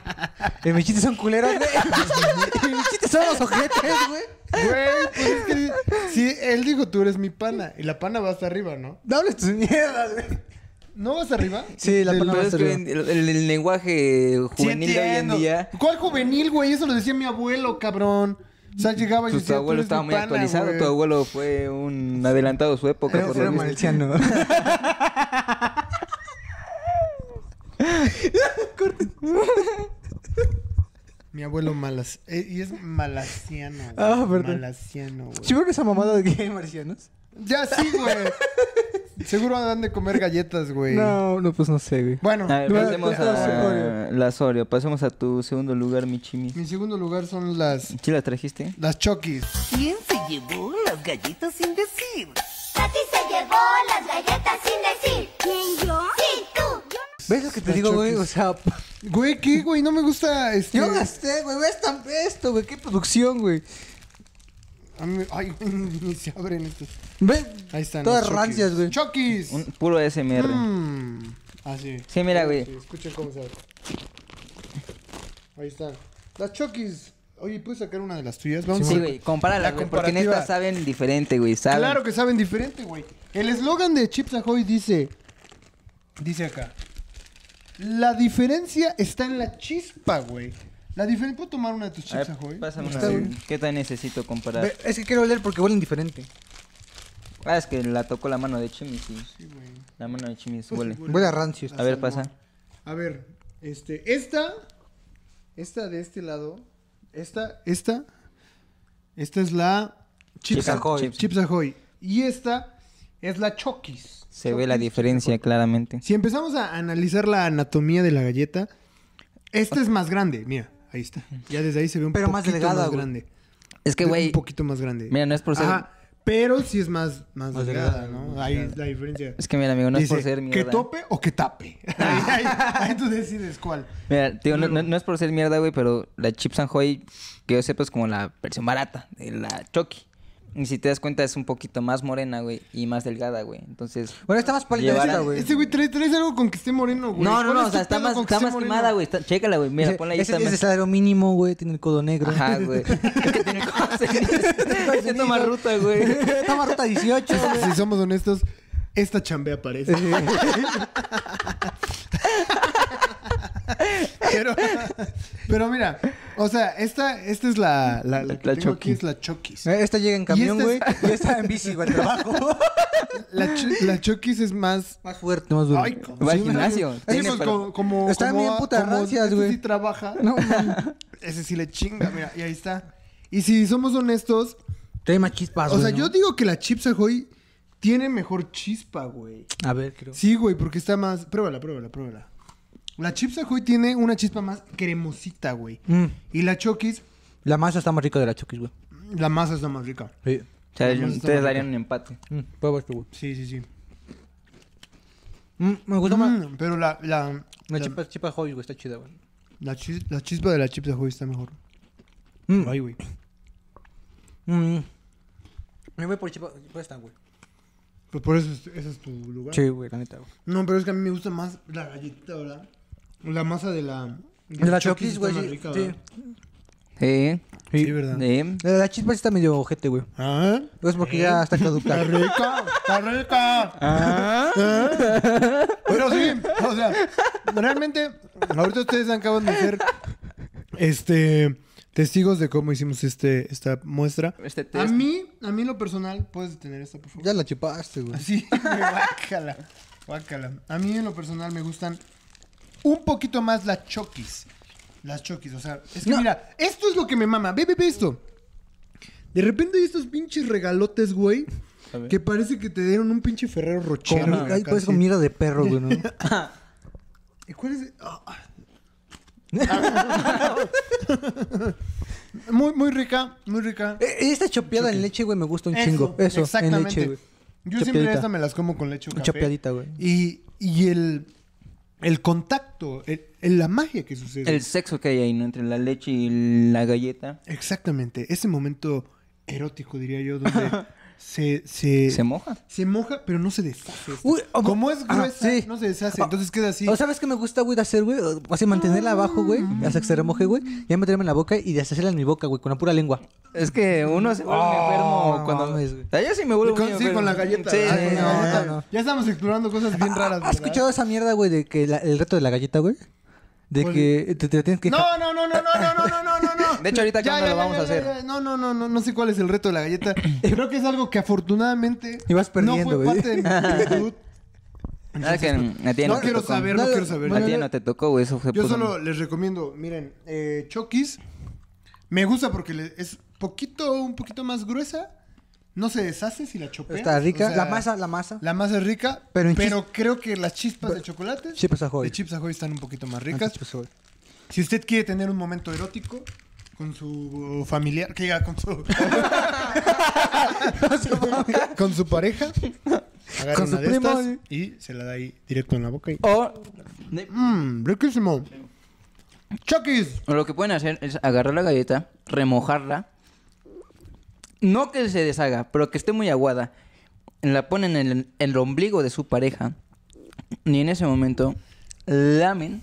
Eh, mis chistes son culeros, güey. Eh, mis chistes son los ojetes, güey. Güey, pues es que si él dijo tú eres mi pana y la pana va hasta arriba, ¿no? No hables tus mierdas, güey. ¿No vas arriba? Sí, la Pero pana va a es que en- el, el lenguaje juvenil de hoy en entiendo. día... ¿Cuál juvenil, güey? Eso lo decía mi abuelo, cabrón. O sea, llegaba y Pues tu decía, abuelo "Tú eres estaba mi muy pana, actualizado, güey". tu abuelo fue un adelantado a su época. Era por era lo visto. marciano. Mi abuelo malas. eh, y es malasiano, güey. Ah, perdón. Malasiano, güey. ¿Sí vieron esa mamada de que hay marcianos? Ya sí, güey. Seguro han de comer galletas, güey. No, no, pues no sé, güey. Bueno, A ver, No, pasemos no, a las Oreo. Pasemos a tu segundo lugar, mi chimi. mi segundo lugar son las ¿Sí las trajiste? las chokis. ¿Quién se llevó las galletas sin decir? Katy se llevó las galletas sin decir. ¿Quién yo? Sí, tú. Yo no ¿Ves lo que te digo, güey? O sea, Güey, ¿qué, güey? No me gusta este. yo gasté, güey. Ves tan esto, güey. Qué producción, güey. A mí- ay, güey, ni se abren estos. Ves, Ahí están. todas las Chokis. rancias, güey. Chokis. Un puro SMR. Mm, Así. Sí, mira, güey. Sí, escuchen cómo se abre. Ahí están. Las chokis. Oye, ¿puedes sacar una de las tuyas? Vamos Sí, a- güey. La Compárala, güey, Porque en comparativa. estas saben diferente, güey. Saben. Claro que saben diferente, güey. El eslogan de Chips Ahoy dice... Dice acá. La diferencia está en la chispa, güey. La diferencia... ¿Puedo tomar una de tus A Chips ver, Ahoy? pásame Está una, güey. bien. ¿Qué tan necesito comparar? Ve, Es que quiero oler porque huelen diferente. Ah, es que la tocó la mano de Chimis y Sí, güey. la mano de Pues, Chimis huele. Huele a rancio. este A ver, pasa. A ver, este... Esta... Esta de este lado. Esta, esta... Esta es la... Chips Ahoy. Chips. Chips Ahoy. Y esta es la Chokis. Se ve la diferencia claramente. Si empezamos a analizar la anatomía de la galleta, esta es más grande, mira, ahí está. Ya desde ahí se ve un Pero poquito más más, delgada, güey. grande. Es que, güey. un poquito más grande. Mira, no es por ser- Ajá, pero sí es más, más, Más delgada, delgada, ¿no? Ahí es la diferencia. Es que, mira, amigo, no es por Dice, ser que mierda. tope o que tape. ahí, ahí- ahí tú decides cuál. ¿eh? Mira, tío, no, no- no es por ser mierda, güey, pero la Chips Ahoy, que yo sepa, es como la versión barata de la Chucky. Y si te das cuenta, es un poquito más morena, güey, y más delgada, güey. Entonces. Bueno, está más pálida Llevar a- esta, güey. Este güey trae, traes algo con que esté moreno, güey. no, no, ¿Cuál no, es o tu sea, está pedo más, con que esté está más moreno? quemada, güey. Está- Chécala, güey. Mira, ponla ahí. es, está es más- de salario mínimo, güey. Tiene el codo negro. Ajá, güey. Es que tiene cosas. Es que toma ruta, güey. Toma ruta 18, güey. Si somos honestos, esta chambea parece. pero, pero mira, o sea, esta, esta es la, la, la que La tengo aquí Chucky. es la Chokis. Eh, Esta llega en camión, Y güey. esta es- Y esta en bici, güey, al trabajo. La, ch- la Chokis es más... más fuerte, más duro. Ay, co- Va al sí, gimnasio, sí, tiene pues, para- como, como- Están como- bien putas como rancias, este güey. sí trabaja. No, man. Ese sí le chinga, mira, y ahí está. Y si somos honestos, Trae más chispas, o sea, güey, yo ¿no? digo que la Chips Ahoy tiene mejor chispa, güey. A ver, creo. Sí, güey, porque está más. Pruébala, pruébala, pruébala. La Chips Ahoy tiene una chispa más cremosita, güey. Mm. Y la Chokis, La masa está más rica de la Chokis, güey. la masa es la más rica. Sí. O sea, Vamos a ustedes tomar darían un empate. Mm, prueba esto, güey. Sí, sí, sí. Mm, me gusta más. Mm, pero la, la, La la- chipa, chipa Hoy, güey, está chida, güey. la chis- la chispa de la Chips Ahoy está mejor. Mm. Ay, güey. Mm. Me voy por chipa, por esta, güey. Pues por eso es- ese es tu lugar. Sí, güey, la neta, güey. No, pero es que a mí me gusta más la galletita, ¿verdad? La masa de la. De la Chokis Chokis, está güey. más sí, rica, sí. ¿verdad? Sí. Sí, ¿verdad? Sí. La, la chispa sí está medio ojete, güey. ¿Ah? Es Pues, porque ya está ¡Está caduca. rica! ¡Está rica! Ah. ¿Eh? Pero sí, o sea, realmente, ahorita ustedes acaban de ser este, testigos de cómo hicimos este, esta muestra. Este A test. mí, a mí en lo personal, puedes detener esta, por favor. ya la chipaste, güey. Sí, guácala, guácala. A mí en lo personal me gustan un poquito más las chokis. Las Chokis, o sea, es que mira, esto es lo que me mama. Ve, ve, ve esto. De repente hay estos pinches regalotes, güey, A ver. que parece que te dieron un pinche Ferrero Rocher. Como- güey, ay, acá, pues con así. mierda de perro, güey, ¿no? E, ¿Y cuál es? Ah, ah. muy, muy rica, muy rica. Eh, Esta chopeada en leche, güey, me gusta un chingo. Eso, en leche, güey. Yo siempre Chopeadita. esta me las como con leche o café. Chopeadita, güey. Y, y el, el contacto, el- el- la magia que sucede. El sexo que hay ahí, ¿no? Entre la leche y la galleta. Exactamente, ese momento erótico, diría yo, donde se, se, Se moja. se moja, pero no se deshace. esta. Uy, ah, Como es ah, gruesa, sí. no se deshace, Ah, entonces queda así. O sabes que me gusta, güey, de hacer, güey, O- así mantenerla abajo, güey, Mm. hasta que se remoje, güey, ya meterme en la boca y deshacerla en mi boca, güey, con la pura lengua. Ah, Es que uno se vuelve Oh, enfermo no cuando. mames, güey. O sea, Ah, yo sí me vuelvo Con- muy sí, enfermo. con la galleta. Sí, Ah, con la no, galleta. no, Ah, no. Ya estamos explorando cosas bien raras. ¿Has ¿verdad? escuchado esa mierda, güey, de que la- el reto de la galleta, güey? De ¿Cuál? que te, te tienes que... No, no, no, no, no, no, no, no, no, no, no. De hecho, ahorita cuando lo vamos a hacer. ya. No, no, no, no, no sé cuál es el reto de la galleta. Creo que es algo que afortunadamente Ibas perdiendo, no fue güey. parte de mi juventud. Ah, que a ti No te quiero tocó. saber, no, No, quiero saber. A ti no te tocó, güey. Eso fue Yo pues, por- solo les recomiendo, miren, eh, Chokis me gusta porque le- es poquito, un poquito más gruesa. No se deshace si la chopeas. Está rica. ¿eh? o sea, la masa, la masa. Ah, La masa es rica, Pero pero, en creo que las chispas de chocolate Chips Ahoy. de Chips Ahoy están un poquito más Ah, ricas. chips, güey. Si usted quiere tener un momento erótico con su familiar, que diga, con su... con su pareja, agarra Con una su de primo, estas güey. y se la da ahí directo en la boca y... O, Mmm, riquísimo. Chokis. o lo que pueden hacer es agarrar la galleta, remojarla. No que se deshaga, pero que esté muy aguada. La ponen en el, en el ombligo de su pareja. Y en ese momento, lamen.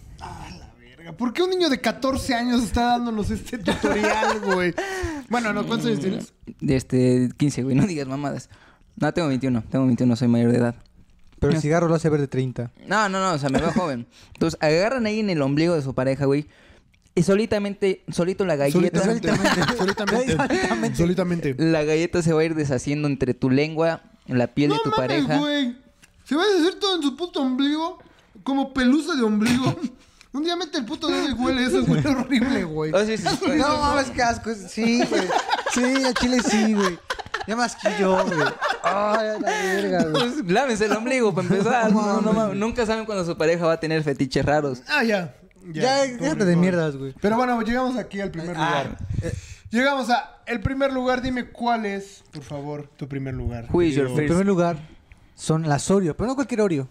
Verga, ¿Por qué un niño de 14 años está dándonos este tutorial, güey? Bueno, no, ¿cuántos años tienes? De este 15, güey. No digas mamadas. No, tengo 21. Tengo 21, soy mayor de edad. Pero pues, el cigarro lo hace ver de 30. No, no, no, o sea, me veo joven. Entonces, agarran ahí en el ombligo de su pareja, güey. Y solitamente, solito la galleta. Solitamente. Solitamente. Solitamente. La galleta se va a ir deshaciendo entre tu lengua, la piel de tu pareja. güey. Se va a deshacer todo en su puto ombligo, como pelusa de ombligo. Un día mete el puto dedo y huele eso, es horrible, güey. Oh, sí, sí, sí. Pues No mames, qué asco. Sí, güey. Sí, a Chile sí, güey. Ya más que yo, güey. Ay, a la verga, güey. Pues, lávense el ombligo para empezar. No, no mames. Nunca saben cuando su pareja va a tener fetiches raros. Ah, ya. Ya, pobre, déjate de pobre. mierdas, güey. Ah, eh. Pero bueno, llegamos aquí al primer lugar. Llegamos a el primer lugar. Dime cuál es, por favor, tu primer lugar. Who is your En first? primer lugar, son las Oreo, pero no cualquier Oreo.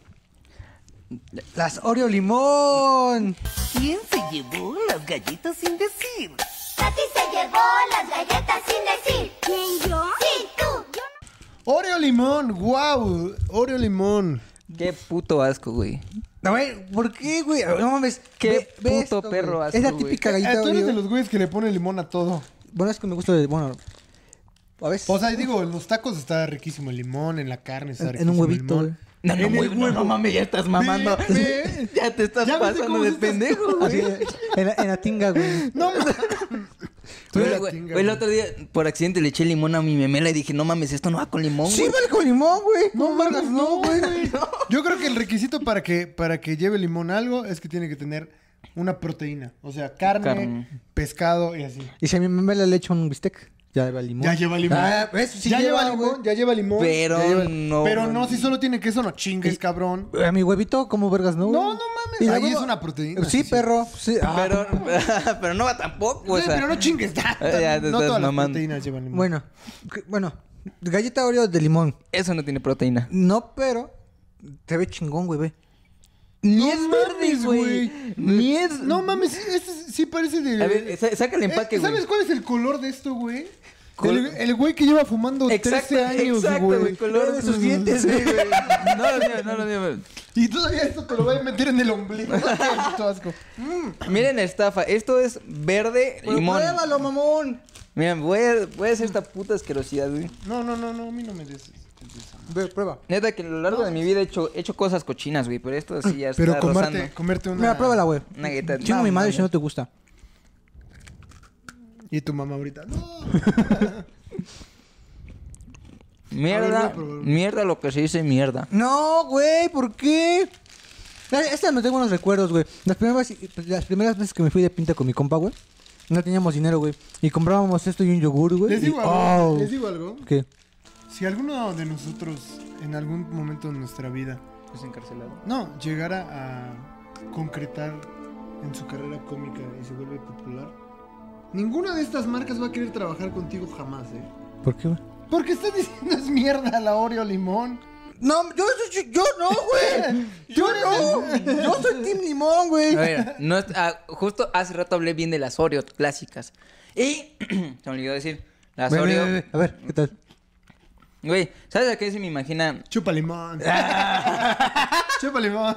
Las Oreo Limón. ¿Quién se llevó las galletas sin decir? Katy se llevó las galletas sin decir. ¿Quién yo? Sí, tú. Yo no. Oreo limón, wow, Oreo limón. Qué puto asco, güey. No, güey, ¿por qué, güey? No mames. Qué ve- ve puto güey. perro asco, Es la güey. típica Eh, galleta Tú eres Oreo. de los güeyes que le pone limón a todo. Bueno, es que me gusta el bueno. A veces. O sea, digo, en los tacos está riquísimo el limón, en la carne está En- en riquísimo un el huevito, limón. güey. No, no, güey, no, no mames, ya estás mamando. Ve, ve. Ya te estás Ya viste pasando cómo este de se estás- pendejo, Así, güey. en, la, en la tinga, güey. No mames. Tú eres Güey, la güey, chinga, güey, el güey. otro día, por accidente, le eché limón a mi memela y dije, no mames, esto no va con limón, Sí, güey". vale con limón, güey. No mames, no, güey. Yo creo que el requisito para que, para que lleve limón a algo es que tiene que tener una proteína. O sea, carne, Carne. pescado y así. Y si a mi mamá le echo un bistec, ya lleva limón. Ya lleva limón. Ah, eso sí ya lleva, lleva, limón, güey. ya lleva limón. Pero ya lleva- no, Pero no, güey. si solo tiene queso, no chingues, cabrón. A mi huevito, como vergas, No, no. güey? no mames. Y la Ahí huevo- es una proteína, sí, Sí, sí. perro. Sí. ah, Pero, pero no va tampoco, o Güey, sea. pero no chingues. ya te no estás todas las mamando. proteínas llevan limón. Bueno, que- bueno, galleta Oreo de limón. Eso no tiene proteína. No, pero te ve chingón, güey, ve. Ni No es verde, mames, güey. Ni es... No mames, sí, este sí parece de. A ver, sa- saca el Eh, empaque, güey. ¿Sabes cuál es el color de esto, güey? Col- El- El güey que lleva fumando Exacto, 13 años, exacto, güey. güey. Color de sus dientes, güey. No lo digo, no lo digo. Y todavía esto te lo voy a meter en el ombligo. Qué asco. Miren la estafa. Esto es verde limón. pruébalo, mamón. Miren, voy a, voy a hacer esta puta asquerosidad, güey. No, no, no, no, a mí no me des. Ve, prueba. Neta que a lo largo de mi vida he hecho, he hecho cosas cochinas, güey. Pero esto sí ya está Pero rozando. comerte, comerte una. Mira, pruébala, güey. Una galleta. Chingo No, mi madre mames. si no te gusta. Y tu mamá ahorita. No. A ver, voy Mierda, a probar. mierda lo que se dice mierda. No, güey, ¿por qué? Esta me tengo unos recuerdos, güey. Las primeras, las primeras veces que me fui de pinta con mi compa, güey. No teníamos dinero, güey. Y comprábamos esto y un yogur, güey. Les y- digo algo. ¡Oh! Les digo algo. ¿Qué? Si alguno de nosotros en algún momento de nuestra vida Es encarcelado. No, llegar a, a concretar en su carrera cómica y se vuelve popular. Ninguna de estas marcas va a querer trabajar contigo jamás, ¿eh? ¿Por qué, güey? Porque estás diciendo es mierda la Oreo Limón. No, yo, yo, yo no, güey. Yo no. Yo soy Team Limón, güey. A ver, no es- ah, justo hace rato hablé bien de las Oreo clásicas. Y se me olvidó decir, las Ve, ve, Oreo. ve, ve. A ver, ¿qué tal? Güey, ¿sabes a qué se me imagina? Chupa limón. Chupa limón.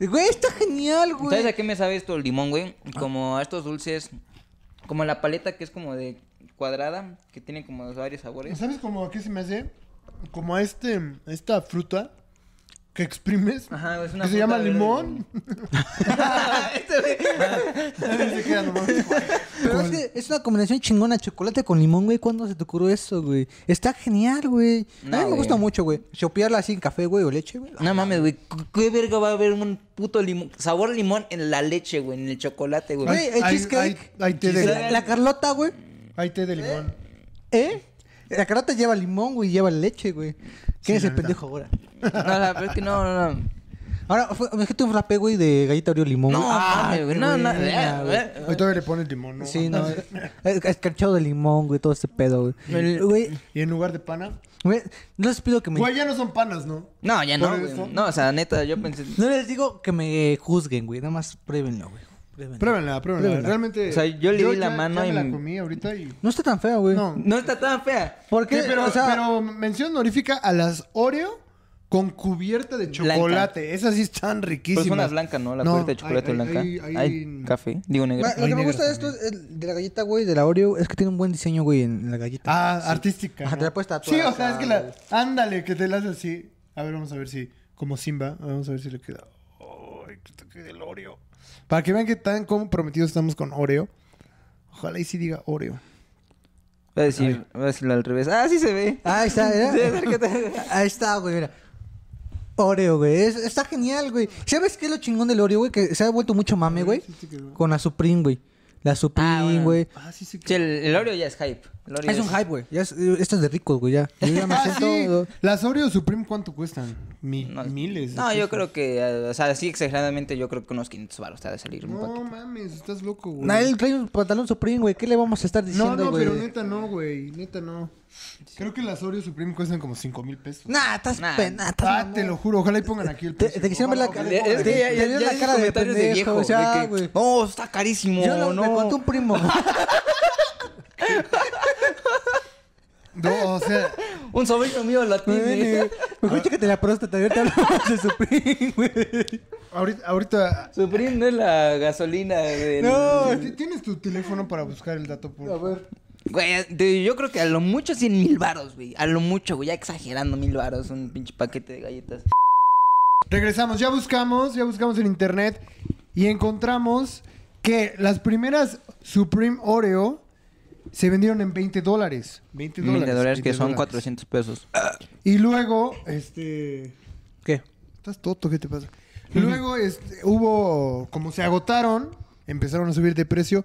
Güey, está genial, ¿Sabes a güey. Ah. qué me sabe esto el limón, güey? Como a estos dulces, como la paleta que es como de cuadrada, que tiene como varios sabores. ¿Sabes cómo a qué se me hace? Como a este, a esta fruta que exprimes. Ajá, es una que se llama fruta verde. limón. Este, Ah. Nadie se queda nomás. Pero es que es una combinación chingona, chocolate con limón, güey. ¿Cuándo se te ocurrió eso, güey? Está genial, güey. No, a mí me güey. gusta mucho, güey. Chopearla así en café, güey, o leche, güey. No mames, güey. ¿qué- ¿Qué verga va a haber un puto limón? Sabor limón en la leche, güey, en el chocolate, güey. Güey, el Hay- cheesecake. hay- hay té de- la, la Carlota, güey. Hay té de limón. ¿Eh? La Carlota lleva limón, güey, lleva leche, güey. Sí, ¿Quién es la el neta. pendejo ahora? No, la verdad es que no, no, no. Ahora, fue, me dijiste un frappé, güey, de galleta Oreo limón. No, güey. mames, güey. No, no, güey, eh, güey. eh. Hoy todavía le pones limón, ¿no? Sí, no. eh, eh, Escarchado de limón, güey, todo ese pedo, güey. El- Güey, Y en lugar de pana. güey, no les pido que me... Güey, ya no son panas, ¿no? No, ya no, ¿Por güey. eso? No, o sea, neta, yo pensé. No les digo que me juzguen, güey. Nada más pruébenlo, güey. Pruébenlo. Pruébenla, pruébenla. Pruébenla. Realmente. O sea, yo le di la ya- mano ya y- me la comí ahorita y. No está tan fea, güey. No. No está tan fea. ¿Por qué? Sí, pero, o sea, pero mención honorífica a las Oreo con cubierta de Blanca. chocolate. Esas sí están riquísimas. Pero es Pues una blanca, ¿no? La No, cubierta de chocolate hay- hay- blanca. hay- Hay, hay- café, digo Bueno, negra. lo que me Hay gusta de esto, negras es el- de la galleta, güey, de la Oreo, es que tiene un buen diseño, güey, en la galleta. Ah, artística. Ajá, ¿no? te la puedes tatuar, Sí, o o sea, sea, es que la. Ándale, que te la haces así. A ver, vamos a ver si. Como Simba, vamos a ver si le queda. Ay, que te quede el Oreo. Para que vean que tan comprometidos estamos con Oreo. Ojalá y sí diga Oreo. Voy a decir, voy a decirlo al revés. Ah, sí se ve. Ah, ahí está, ¿verdad? Sí, acércate. Ahí está, güey, mira. Oreo, güey. es- está genial, güey. ¿Sabes qué es lo chingón del Oreo, güey? Que se ha vuelto mucho mame, güey. sí, sí, que no. Con la Supreme, güey. La Ah, Supreme, bueno. güey. Ah, sí, sí. Sí, el, el Oreo ya es hype. El Oreo Ah, Es un hype, güey. Ya es- Esto es de ricos, güey, ya. Yo ya me Ah, siento... sí. Las Oreo Supreme, ¿cuánto cuestan? Mi- No, miles. de No, yo pesos. creo que, eh, o sea, sí, exageradamente, yo creo que unos 500 baros te ha de salir un No paquete. mames, estás loco, güey. Nah, Él trae un pantalón Supreme, güey. ¿Qué le vamos a estar No, diciendo, no, güey? pero neta no, güey. Neta no. Creo que las Oreo Supreme cuestan como 5 mil pesos. Nah, estás Nah. pena, estás ah, mamón. te lo juro. Ojalá y pongan aquí el Te, precio. te quisieron ver la Ojalá, cara. ojalá. Es que ya, te ya, dieron ya la hice cara de comentarios de, pendejo, viejo. ya, de que, güey. no, está carísimo. Yo lo- no. le conté a un primo. No, o sea, Un sobrino mío lo tiene. Ah. Mejor chécate la próstata, ahorita hablamos de Supreme, güey. ahorita, ahorita Supreme no es la gasolina del... No. ¿Ti- tienes tu teléfono para buscar el dato. Por... A ver. Güey, te- yo creo que a lo mucho 100 mil baros, güey. A lo mucho, güey. Ya exagerando mil baros, un pinche paquete de galletas. Regresamos, ya buscamos, ya buscamos en internet y encontramos que las primeras Supreme Oreo se vendieron en 20 dólares. 20 Mil dólares. de dólares que 20 son dólares. 400 pesos. Y luego, este... ¿Qué? Estás toto, ¿qué te pasa? Luego este, hubo, como se agotaron, empezaron a subir de precio.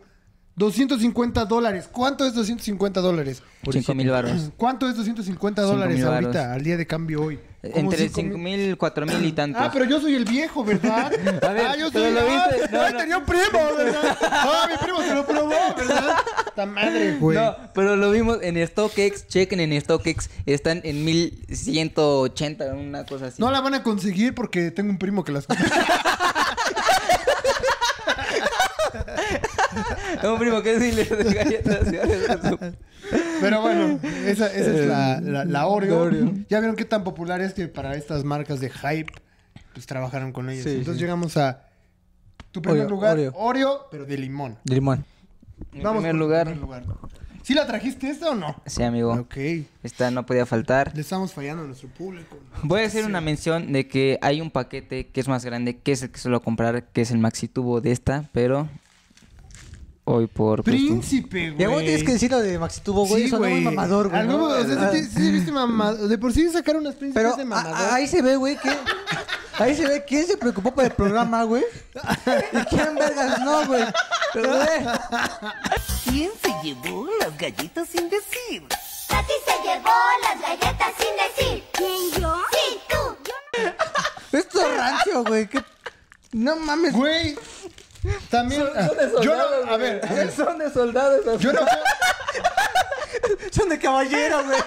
250 dólares. ¿Cuánto es 250 dólares? 5 mil baros. ¿Cuánto es 250 Cinco dólares mil varos. ahorita, al día de cambio hoy? Como Entre cinco 5 mil- mil, 4 mil y tantos. Ah, pero yo soy el viejo, ¿verdad? A ver, ah, yo soy pero el lo ah, viste, no, ay, no. tenía un primo, ¿verdad? Ah, mi primo se lo probó, ¿verdad? Esta madre, güey. No, pero lo vimos en StockX. Chequen en StockX. Están en 1180, una cosa así. No la van a conseguir porque tengo un primo que las compró. Un primo que sí le de galletas. Pero bueno, esa, esa es la, la- la Oreo. Eh, La Oreo. Ya vieron qué tan popular es que para estas marcas de hype, pues trabajaron con ellas. Sí, Entonces sí. llegamos a tu primer Oreo, lugar, Oreo. Oreo. pero de limón. De limón. En Vamos primer por tu lugar. primer ¿Sí la trajiste esta o no? Sí, amigo. Ok. Le Esta no podía faltar. estamos fallando a nuestro público. Voy a hacer una mención de que hay un paquete que es más grande, que es el que suelo comprar, que es el maxi tubo de esta, pero hoy por cuestión- Príncipe, güey. pues, Y a vos tienes que decir lo de Maxi Tubo, güey. Eso no es mamador, güey. Algo- ¿no? o sea, sí, Ah, sí, sí, viste mamado. De por sí sacaron unas príncipes Pero de a- mamador. a- ahí se ve, güey, que. Ahí se ve quién se preocupó por el programa, güey. Y quién vergas no, güey. Pero, güey. ¿Quién se llevó las galletas sin decir? Katy se llevó las galletas sin decir. ¿Quién yo? Sí, tú. Yo no. Esto es rancio, güey. ¿Qué? No mames. Güey. También. ah, yo no. A ver, a ver, Son de soldados. Yo no. Son de caballero, güey.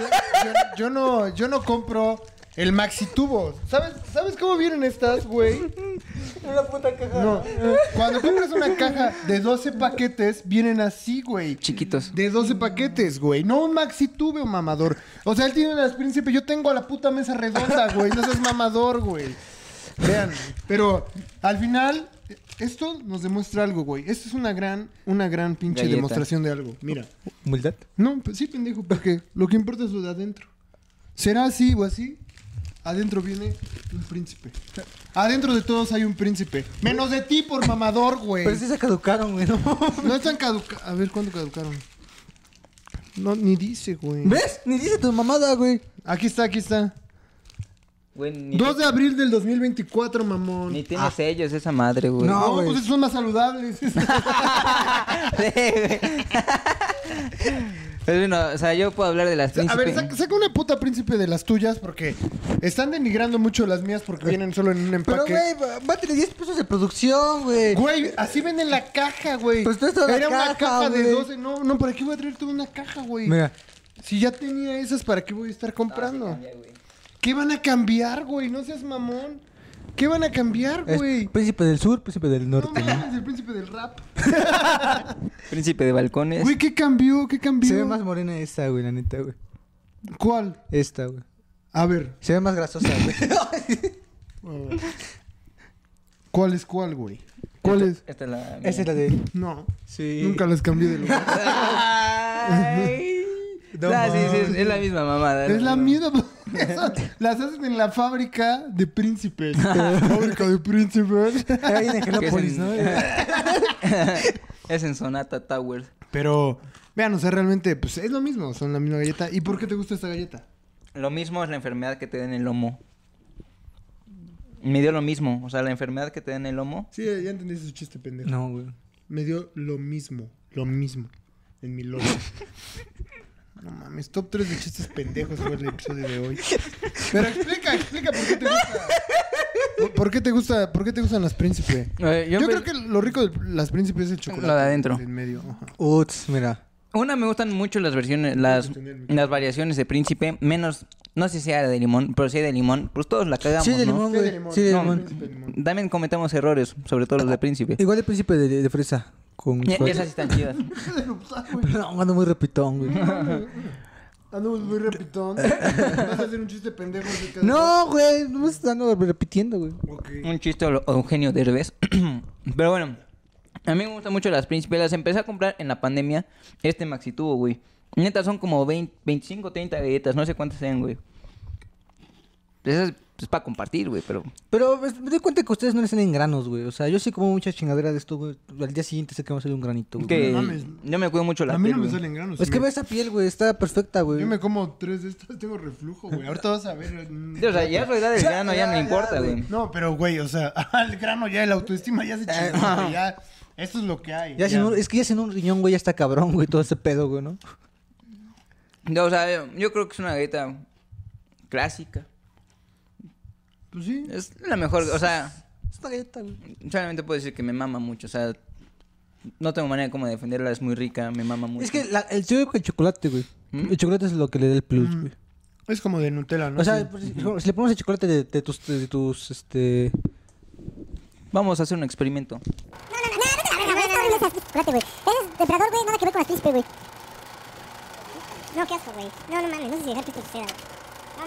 Yo, yo no, yo no compro el maxi tubo. ¿Sabes, ¿Sabes cómo vienen estas, güey? Una puta caja. No. Cuando compras una caja de 12 paquetes, vienen así, güey. Chiquitos. De 12 paquetes, güey. No un maxi tubo, mamador. O sea, él tiene las príncipe. Yo tengo a la puta mesa redonda, güey. No seas mamador, güey. Vean. Pero al final, esto nos demuestra algo, güey. Esto es una gran, una gran pinche Galleta. demostración de algo. Mira. ¿Humildad? No, pues sí, pendejo, porque lo que importa es lo de adentro. ¿Será así o así? Adentro viene un príncipe. Adentro de todos hay un príncipe. Menos de ti por mamador, güey. Pero sí se caducaron, güey. ¿no? No están caducados. A ver, ¿cuándo caducaron? No, ni dice, güey. ¿Ves? Ni dice tu mamada, güey. Aquí está, aquí está. Güey, ni, 2 de abril del 2024, mamón. ni tiene sellos esa madre, güey. No. No, güey. pues esos son más saludables. Sí, güey. Pero bueno, o sea, yo puedo hablar de las A ver, príncipes. saca, saca una puta príncipe de las tuyas porque están denigrando mucho las mías porque vienen solo en un Pero, empaque. güey, va- va a tener 10 pesos de producción, güey. Güey, así venden la caja, güey. Pues tú esto de la Era una caja, caja de güey. 12. No, no, ¿para qué voy a traer toda una caja, güey? Mira. Si ya tenía esas, ¿para qué voy a estar comprando? ¿Qué van a cambiar, güey? No seas mamón. ¿Qué van a cambiar, Es güey? príncipe del sur, príncipe del No norte, ¿no? mames, el príncipe del rap. Príncipe de balcones. Güey, ¿qué cambió? ¿Qué cambió? Se ve más morena esta, güey, la neta, güey. ¿Cuál? Esta, güey. A ver, Se ve más grasosa, güey. ¿cuál es cuál, güey? ¿Cuál es? Esta es la... Esa es la de. No, Sí. nunca las cambié de lugar. Ay. No Ah, sí, sí, es, mames. es la misma mamada. Es la misma. mierda. Las hacen en la fábrica de príncipes. fábrica de príncipes. Ahí en Angelópolis, en- ¿no? Es en Sonata Towers. Pero, vean, o sea, realmente, pues es lo mismo, son la misma galleta. ¿Y por qué te gusta esta galleta? Lo mismo es la enfermedad que te da en el lomo. Me dio lo mismo. O sea, la enfermedad que te da en el lomo. Sí, ya entendí su chiste, pendejo. No, güey. Me dio lo mismo, lo mismo, en mi loco. no mames, top 3 de chistes pendejos fue el episodio de hoy. Pero explica, explica por qué te gusta. ¿Por- ¿Por qué te, gusta, por qué te gustan las príncipes? Eh, Yo, yo pe- creo que lo rico de las príncipes es el chocolate. Lo de adentro. En medio. ajá. Uts, mira. Una, me gustan mucho las versiones, las, las variaciones de Príncipe. Menos, no sé si era de limón, pero si hay de limón, pues todos la cagamos, Sí, de ¿no? Sí, limón, de güey. limón. Sí, de No, limón. Príncipe de limón. También cometemos errores, sobre todo los de Príncipe. Igual el príncipe de, de fresa. Con. Y- y esas sí están chidas. Pero no, ando muy repitón, güey. Andamos muy repitón. Vas a hacer un chiste pendejo. acerca de- No, güey. No me estás dando repitiendo, güey. Ok. Un chiste o Eugenio Derbez. Pero bueno, a mí me gustan mucho las príncipes. Las empecé a comprar en la pandemia. Este Maxi tuvo, güey. Neta, son como 20, 25, 30 galletas. No sé cuántas sean, güey. Pues esas es para compartir, güey, pero... Pero pues, me doy cuenta que ustedes no le están en granos, güey. O sea, yo sí como mucha chingadera de esto, güey. Al día siguiente sé que va a salir un granito, güey. Que no mames. yo me cuido mucho la A mí no piel, me güey. salen granos. Es que me- ve esa piel, güey. Está perfecta, güey. Yo me como tres de estas, tengo reflujo, güey. Ahorita vas a ver. Sí, O sea, ya la edad del grano ya no me importa, güey. No, pero güey, o sea, al grano ya, el autoestima ya se chingó, güey, ya. Esto es lo que hay. Ya sin un- es que ya sin un riñón, güey, ya está cabrón, güey, todo ese pedo, güey, ¿no? No, o sea, yo- yo creo que es una galleta clásica. Pues sí. Es la mejor, o sea... Es una galleta, güey. Solamente puedo decir que me mama mucho, o sea... No tengo manera como de defenderla, es muy ¿Mm? rica, me mama mucho. Es que la- el tío con el chocolate, güey. El chocolate es lo que le da el plus, güey. Es como de Nutella, ¿no? O Sí. sea, por si, si le ponemos el chocolate de, de tus, de tus, este... Vamos a hacer un experimento. No, no, no, está horrible ese chocolate, güey. Ese es emperador, güey, nada que ver con las príncipe, güey. No, qué asco, güey. No, no mames, no sé si dejar que esto suceda, güey.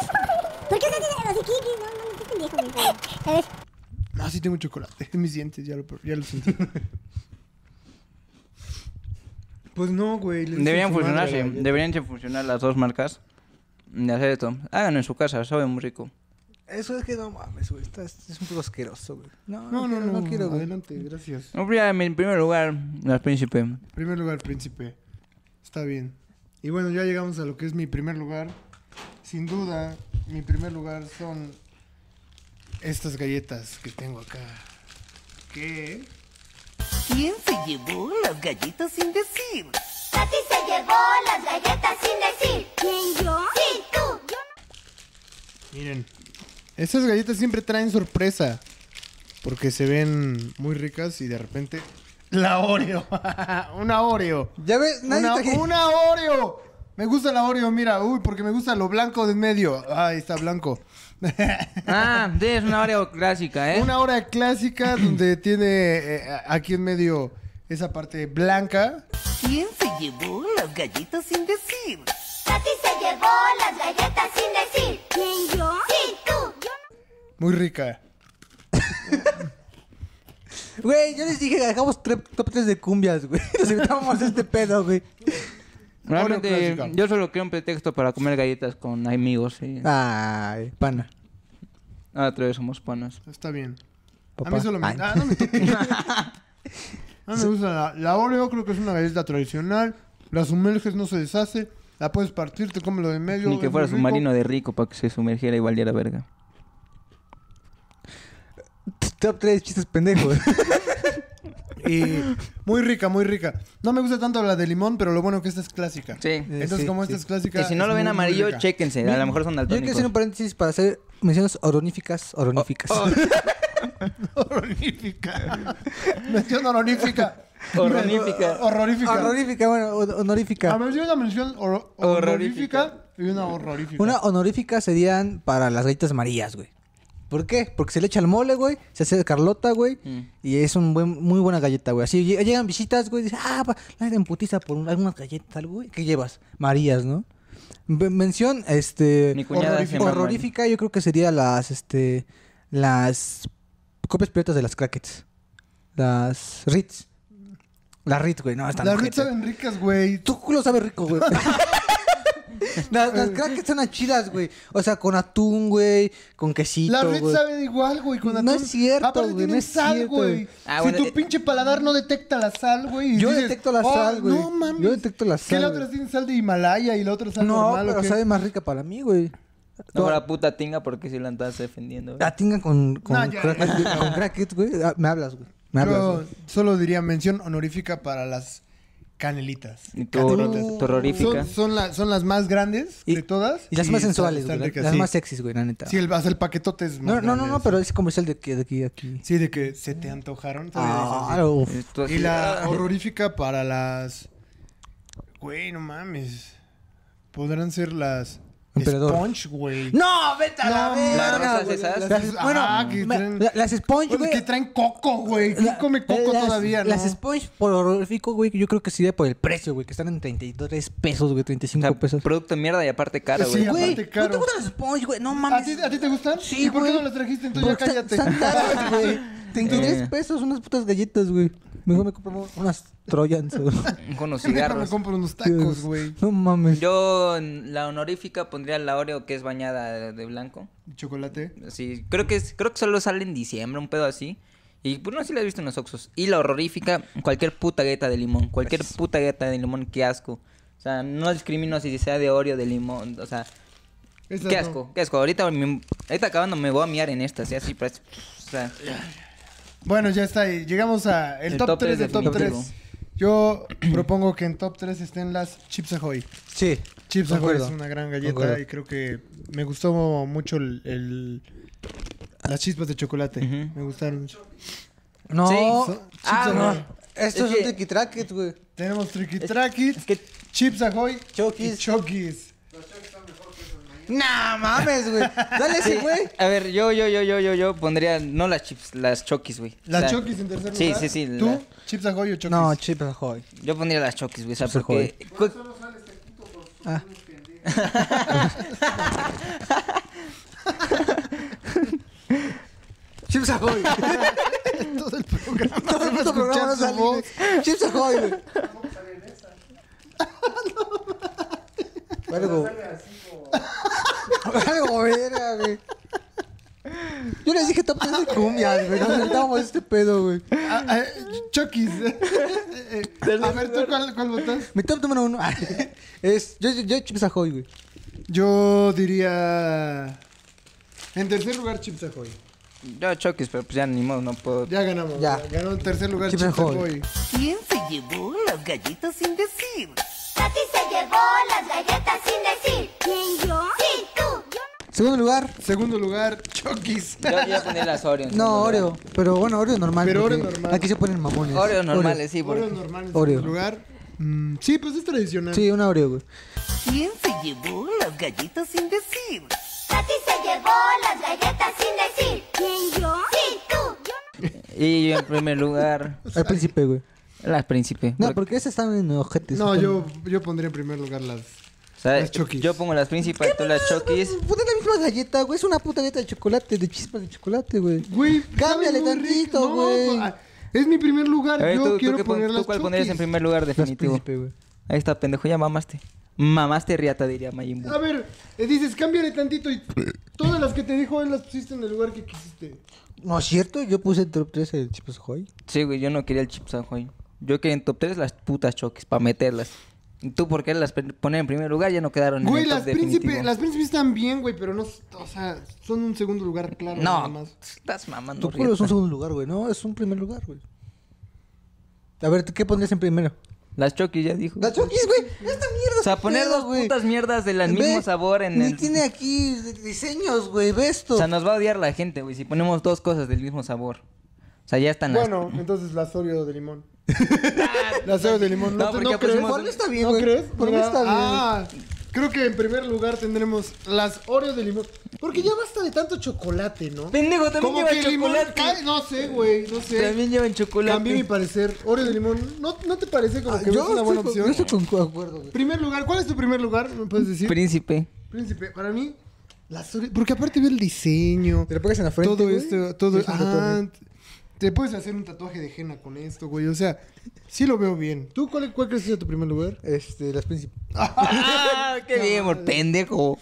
¿Por qué usted tiene los equipos? No, no, qué pendejo, güey. A ver. No, Ah, sí tengo chocolate en mis dientes, ya lo, ya lo sentí. pues no, güey. les hice Deberían su madre funcionar, la sí. galleta. Deberían sí funcionar las dos marcas de hacer esto. Háganlo en su casa, sabe muy rico. Eso es que no mames, güey. está- es un poco asqueroso, güey. No, No, no, quiero, no, quiero, güey. Adelante, gracias. No, ya, En primer lugar, las príncipe. En primer lugar, príncipe. Está bien. Y bueno, ya llegamos a lo que es mi primer lugar. Sin duda, mi primer lugar son estas galletas que tengo acá. Que ¿Quién se llevó las galletas sin decir? Katy se llevó las galletas sin decir. ¿Quién yo? Sí, tú. Yo Miren, estas galletas siempre traen sorpresa. Porque se ven muy ricas y de repente. La Oreo. una Oreo. Ya ves, nadie Una, está aquí. una Oreo. Me gusta la Oreo, mira. Uy, porque me gusta lo blanco de en medio. Ahí está blanco. Ah, sí, es una Oreo clásica, ¿eh? Una hora clásica donde tiene eh, a- aquí en medio esa parte blanca. ¿Quién se llevó las galletas sin decir? Katy se llevó las galletas sin decir. ¿Quién yo? Sí, tú. Yo Muy rica. Güey, yo les dije que hagamos tre- top 3 de cumbias, güey. Nos evitamos este pedo, güey. Realmente, Oreo clásica. Ah. yo solo quiero un pretexto para comer galletas con amigos. Y... Ay, pana. Ahora tres somos panas. Está bien. A Papá. mí solo me. Ay. Ah, no me toques. No me gusta la, la Oreo, creo que es una galleta tradicional. La sumerges, no se deshace. La puedes partir, te comes lo de en medio. Ni que es fuera muy rico. submarino de rico para que se sumergiera y valiera verga. Top 3 chistes pendejos. Y muy rica, muy rica. No me gusta tanto la de limón, pero lo bueno que esta es clásica. Sí. Entonces, Sí, como sí. esta es clásica. Y si no es lo ven muy, muy amarillo, rica. chéquense. Eh, A lo mejor son Yo quiero daltónicos. hacer un paréntesis para hacer menciones oroníficas. Oroníficas. Horrorífica. Mención horrorífica. Horrorífica. Horrorífica. Honorífica, bueno, hon- A honorífica. ver, si una mención hor- Horrorífica. horrorífica y una horrorífica. Una honorífica serían para las galletas marías, güey. ¿Por qué? Porque se le echa al mole, güey. Se hace de Carlota, güey. Mm. Y es un buen, muy buena galleta, güey. Así lle- llegan visitas, güey. Dicen, ah, pa, la gente emputiza por un- algunas galletas, algo, güey. ¿Qué llevas? Marías, ¿no? M- mención, este. Mi cuñada se llama María. horrorífica, yo creo que sería las, este. Las copias piratas de las crackets. Las Ritz. Las Ritz, güey. No, están Las ojete. Ritz saben ricas, güey. Tu culo sabe rico, güey. las, las crackers son chidas, güey. O sea, con atún, güey. Con quesito, Las Ritz güey. saben igual, güey. Con No atún. es cierto, Aparte güey, tienen no es sal, cierto. güey. Ah, si bueno, tu eh, pinche paladar no detecta la sal, güey. y Yo dices, "Oh, detecto la sal, güey. No mames. Yo detecto la Que sal, la güey. otra tiene sal de Himalaya y la otra sal No, normal. ¿o pero qué? sabe más rica para mí, güey. No, la puta tinga porque si la andas defendiendo. Ah, güey. La tinga con, con, No, ya, crackers, güey, con crackers, güey. Ah, Me hablas, güey. Me hablas, Yo güey. solo diría mención honorífica para las canelitas. Y tu horror- tu horrorífica. Son, son la- son las más grandes Y- de todas. Y las más están- sensuales, están güey. ricas, las sí. más sexys, güey, la neta. Sí, el, hasta el paquetote es más no, no, no, grande, no, sí. pero es comercial de aquí, de aquí, de aquí. Sí, de que se te antojaron. Ah, todavía dices uf. Esto así. así, Y la ah, horrorífica para las... Güey, no mames. Podrán ser las... Emperador. Sponge, güey. No, vete a la No, Las verga, rosas güey. esas. Las- Ajá, que Bueno, me- traen- la- las sponge, Pues güey. que traen coco, güey. ¿Quién La- come coco las- todavía, no? Las Sponge por horrorífico, güey, yo creo que sería por el precio, güey, que están en 33 pesos, güey, o 35 sea, pesos. producto de mierda y aparte cara, Sí, güey. aparte Güey, caro. ¿no te gustan las Sponge, güey? No ¿A mames. ti, a ti te gustan? Sí, ¿Y por qué güey. no las trajiste? Entonces ya Porque están- cállate. están caras, güey. 33 Eh. pesos, unas putas galletas, güey. Mejor me compro unas Trojans, güey. Con los Déjame, cigarros. compro unos tacos, güey. No mames. Yo en la honorífica pondría la Oreo que es bañada de blanco. Chocolate. Así, creo que es- creo que solo sale en diciembre, un pedo así. Y pues no sé si la he visto en los Oxxos. Y la horrorífica, cualquier puta galleta de limón, cualquier puta galleta de limón, qué asco. O sea, no discrimino si sea de Oreo, de limón, o sea, Esas qué no. asco, qué asco. Ahorita, me- ahorita acabando me voy a miar en esta, así, así, parece- o sea, Bueno, ya está. ahí. Llegamos a el, top, 3 de top definitivo. 3. Yo propongo que en top 3 estén las Chips Ahoy. Sí. Chips de Ahoy es acuerdo. una gran galleta Concuerdo. y creo que me gustó mucho el, el- las chispas de chocolate. Ujú. Me gustaron mucho. No. Sí. Ah, Chips no. Ahoy. Estos Es son que- Tricky Trackets, güey. Tenemos Tricky Trackits, es que- Chips Ahoy Chokis. y Chokis. Nah, Ah, mames, güey. Dale ese, güey. A ver, yo, yo, yo, yo, yo, yo pondría, no las chips, las chokis, güey. O Las sea, Chokis en tercer sí, lugar. Sí, sí, sí. ¿Tú? ¿Chips Ahoy o Chokis? No, Chips Ahoy. Yo pondría las chokis, güey, o sea, Chips porque... Ah. Chips Ahoy. Todo el programa. Todo el solo puto programa no escuchar su salí, voz. güey. Chips Ahoy, güey. Algo. Algo, verga, güey. Yo les dije top 3 de cumbias, güey. Nos saltamos este pedo, güey. Ah, ah, Chucky's. Eh, eh, eh, A ver, ¿tú cuál, cuál votas? Mi top número uno es. Yo, yo, yo Chips Ahoy, güey. Yo diría... En tercer lugar, Chips Ahoy. Yo choques, pero pues ya ni modo, no puedo. Ya ganamos. Ya. Ya. Ganó en tercer lugar Chips Chips, Ahoy. Ahoy. ¿Quién se llevó las galletas sin decir? Katy se llevó las galletas sin decir. ¿Quién yo? Sí, tú. Yo Segundo lugar. Segundo lugar, Chucky's. Yo voy a poner las Oreo. en No, segundo lugar. Oreo. Pero bueno, Oreo normal. Pero porque Oreo normal. Aquí se ponen mamones. Oreo normales, sí, porque. Oreo normal en Oreo. segundo lugar. Mm, sí, pues es tradicional. Sí, una Oreo, güey. ¿Quién se llevó las galletas sin decir? Katy se llevó las galletas sin decir. ¿Quién yo? Sí, tú. Yo Y yo en primer lugar, Pues Al príncipe, güey. las príncipe. No, porque esas están en ojetes. No, están- yo, yo pondría en primer lugar las... O sea, Las Chokis. Yo pongo las príncipe, tú las choquis. Poner Ah, la misma galleta, güey. Es una puta galleta de chocolate, de chispas de chocolate, güey. Güey, Cámbiale saben muy rico. tantito, güey. pues, ah, es mi primer lugar. A ver, yo ¿tú, quiero tú, qué pon- poner tú las cuál pondrías en Chokis. primer lugar definitivo? príncipe, güey. Ahí está, pendejo, ya mamaste. Mamaste riata, diría Majin Buu. A ver, eh, dices, cámbiale tantito y todas las que te dijo él las pusiste en el lugar que quisiste. No es cierto, yo puse en top 3 el Chips Ahoy. Sí, güey, yo no quería el Chips Ahoy. Yo quería en top 3 las putas choques, para meterlas. ¿Y tú por qué las pe- poner en primer lugar? Ya no quedaron Güey, en el top las príncipes definitivo. las príncipes están bien, güey, pero no, o sea, son un segundo lugar claro. nada No, pues, más. estás mamando Tu culo es riata. un segundo lugar, güey. No, es un primer lugar, güey. A ver, ¿tú ¿qué pondrías en primero? Las choquis ya dijo. Las Chokis, güey. Esta mierda. O sea, qué poner pedo, dos güey. putas mierdas del Ve, mismo sabor en ni el... tiene aquí diseños, güey. Ve esto. O sea, nos va a odiar la gente, güey, si ponemos dos cosas del mismo sabor. O sea, ya están las... Bueno, entonces las Oreo de limón. las Oreo de limón. ¿No, No, te- porque no crees? pusimos- Por mí está bien, ¿No güey. crees? Por mí Mira, está bien. Ah, creo que en primer lugar tendremos las Oreo de limón. Porque ya basta de tanto chocolate, ¿no? Pendejo, también Como lleva que el limón chocolate. cae- No sé, güey, no sé. También llevan chocolate. Cambié mi parecer. Oreo de limón, ¿no, no te parece como Ah, que es una buena estoy con- opción? Yo estoy con acuerdo, güey. Primer lugar, ¿cuál es tu primer lugar? ¿Me puedes decir? Príncipe. Príncipe, para mí, las Oreo. Porque aparte veo el diseño. Te lo pegas en la frente. Todo güey, esto, todo y es un ah, tatuaje. Te puedes hacer un tatuaje de henna con esto, güey. O sea, sí lo veo bien. ¿Tú cuál, cuál crees que sea tu primer lugar? Este, las príncipes. ¡Ah! ¡Qué bien, amor, pendejo!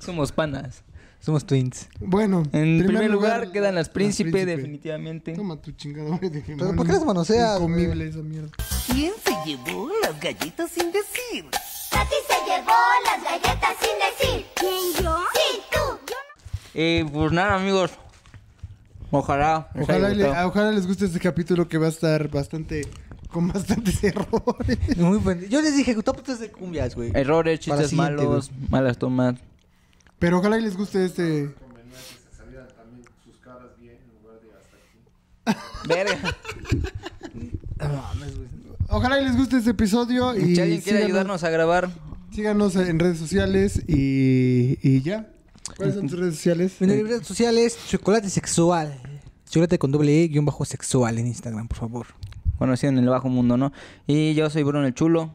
Somos panas. Somos twins. Bueno, En primer, lugar, quedan las príncipe, definitivamente. definitivamente. Toma tu chingada, güey. de ¿por limón. qué las manoseas, güey? Incomible esa mierda. ¿Quién se llevó las galletas sin decir? Katy se llevó las galletas sin decir. ¿Quién yo? Sí, tú. Yo Eh, pues nada, amigos. Ojalá. les haya Ojalá, le- gustado. ojalá les guste este capítulo que va a estar bastante. con bastantes errores. Muy buen. Yo les dije, top 3 de cumbias, güey. Errores, Para chistes siguiente, malos, malas tomas. Pero ojalá y les guste este. Verga. Ojalá y les guste este episodio. Y si alguien quiere síganos- ayudarnos a grabar, Síganos en redes sociales y, y ya. ¿Cuáles son tus redes sociales? En las redes sociales, chocolate sexual. Chocolate con doble E, guión bajo sexual en Instagram, por favor. conocido en el bajo mundo, ¿no? Y yo soy Bruno el Chulo,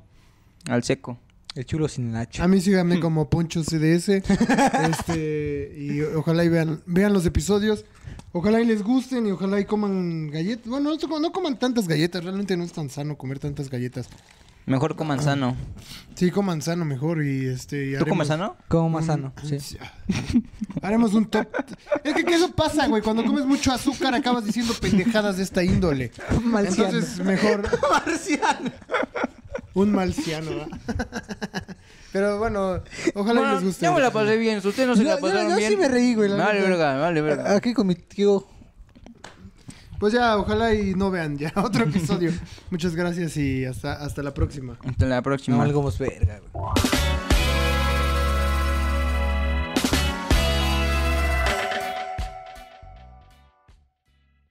al seco. El chulo sin el H. A mí síganme como Poncho CDS. este, y ojalá y vean, vean los episodios. Ojalá y les gusten y ojalá y coman galletas. Bueno, no, to- no coman tantas galletas. Realmente no es tan sano comer tantas galletas. Mejor coman sano. Sí, coman sano mejor y este... y ¿Tú haremos- comes sano? Como más sano, Mm, sí. Haremos un top. Es que, ¿qué eso pasa, güey? Cuando comes mucho azúcar acabas diciendo pendejadas de esta índole. Malciano. Entonces, mejor... Marciano. Un malciano, ¿verdad? Pero bueno, ojalá Bueno, les guste. yo me la pasé bien, si ustedes no se Yo- la yo- pasaron yo sí bien. me reí, güey, la Vale, neta. Ah, verga, vale, verga. Aquí con mi tío. Pues ya, ojalá y no vean ya otro episodio. Muchas gracias y hasta, hasta la próxima. Hasta la próxima. No, algo más verga, güey.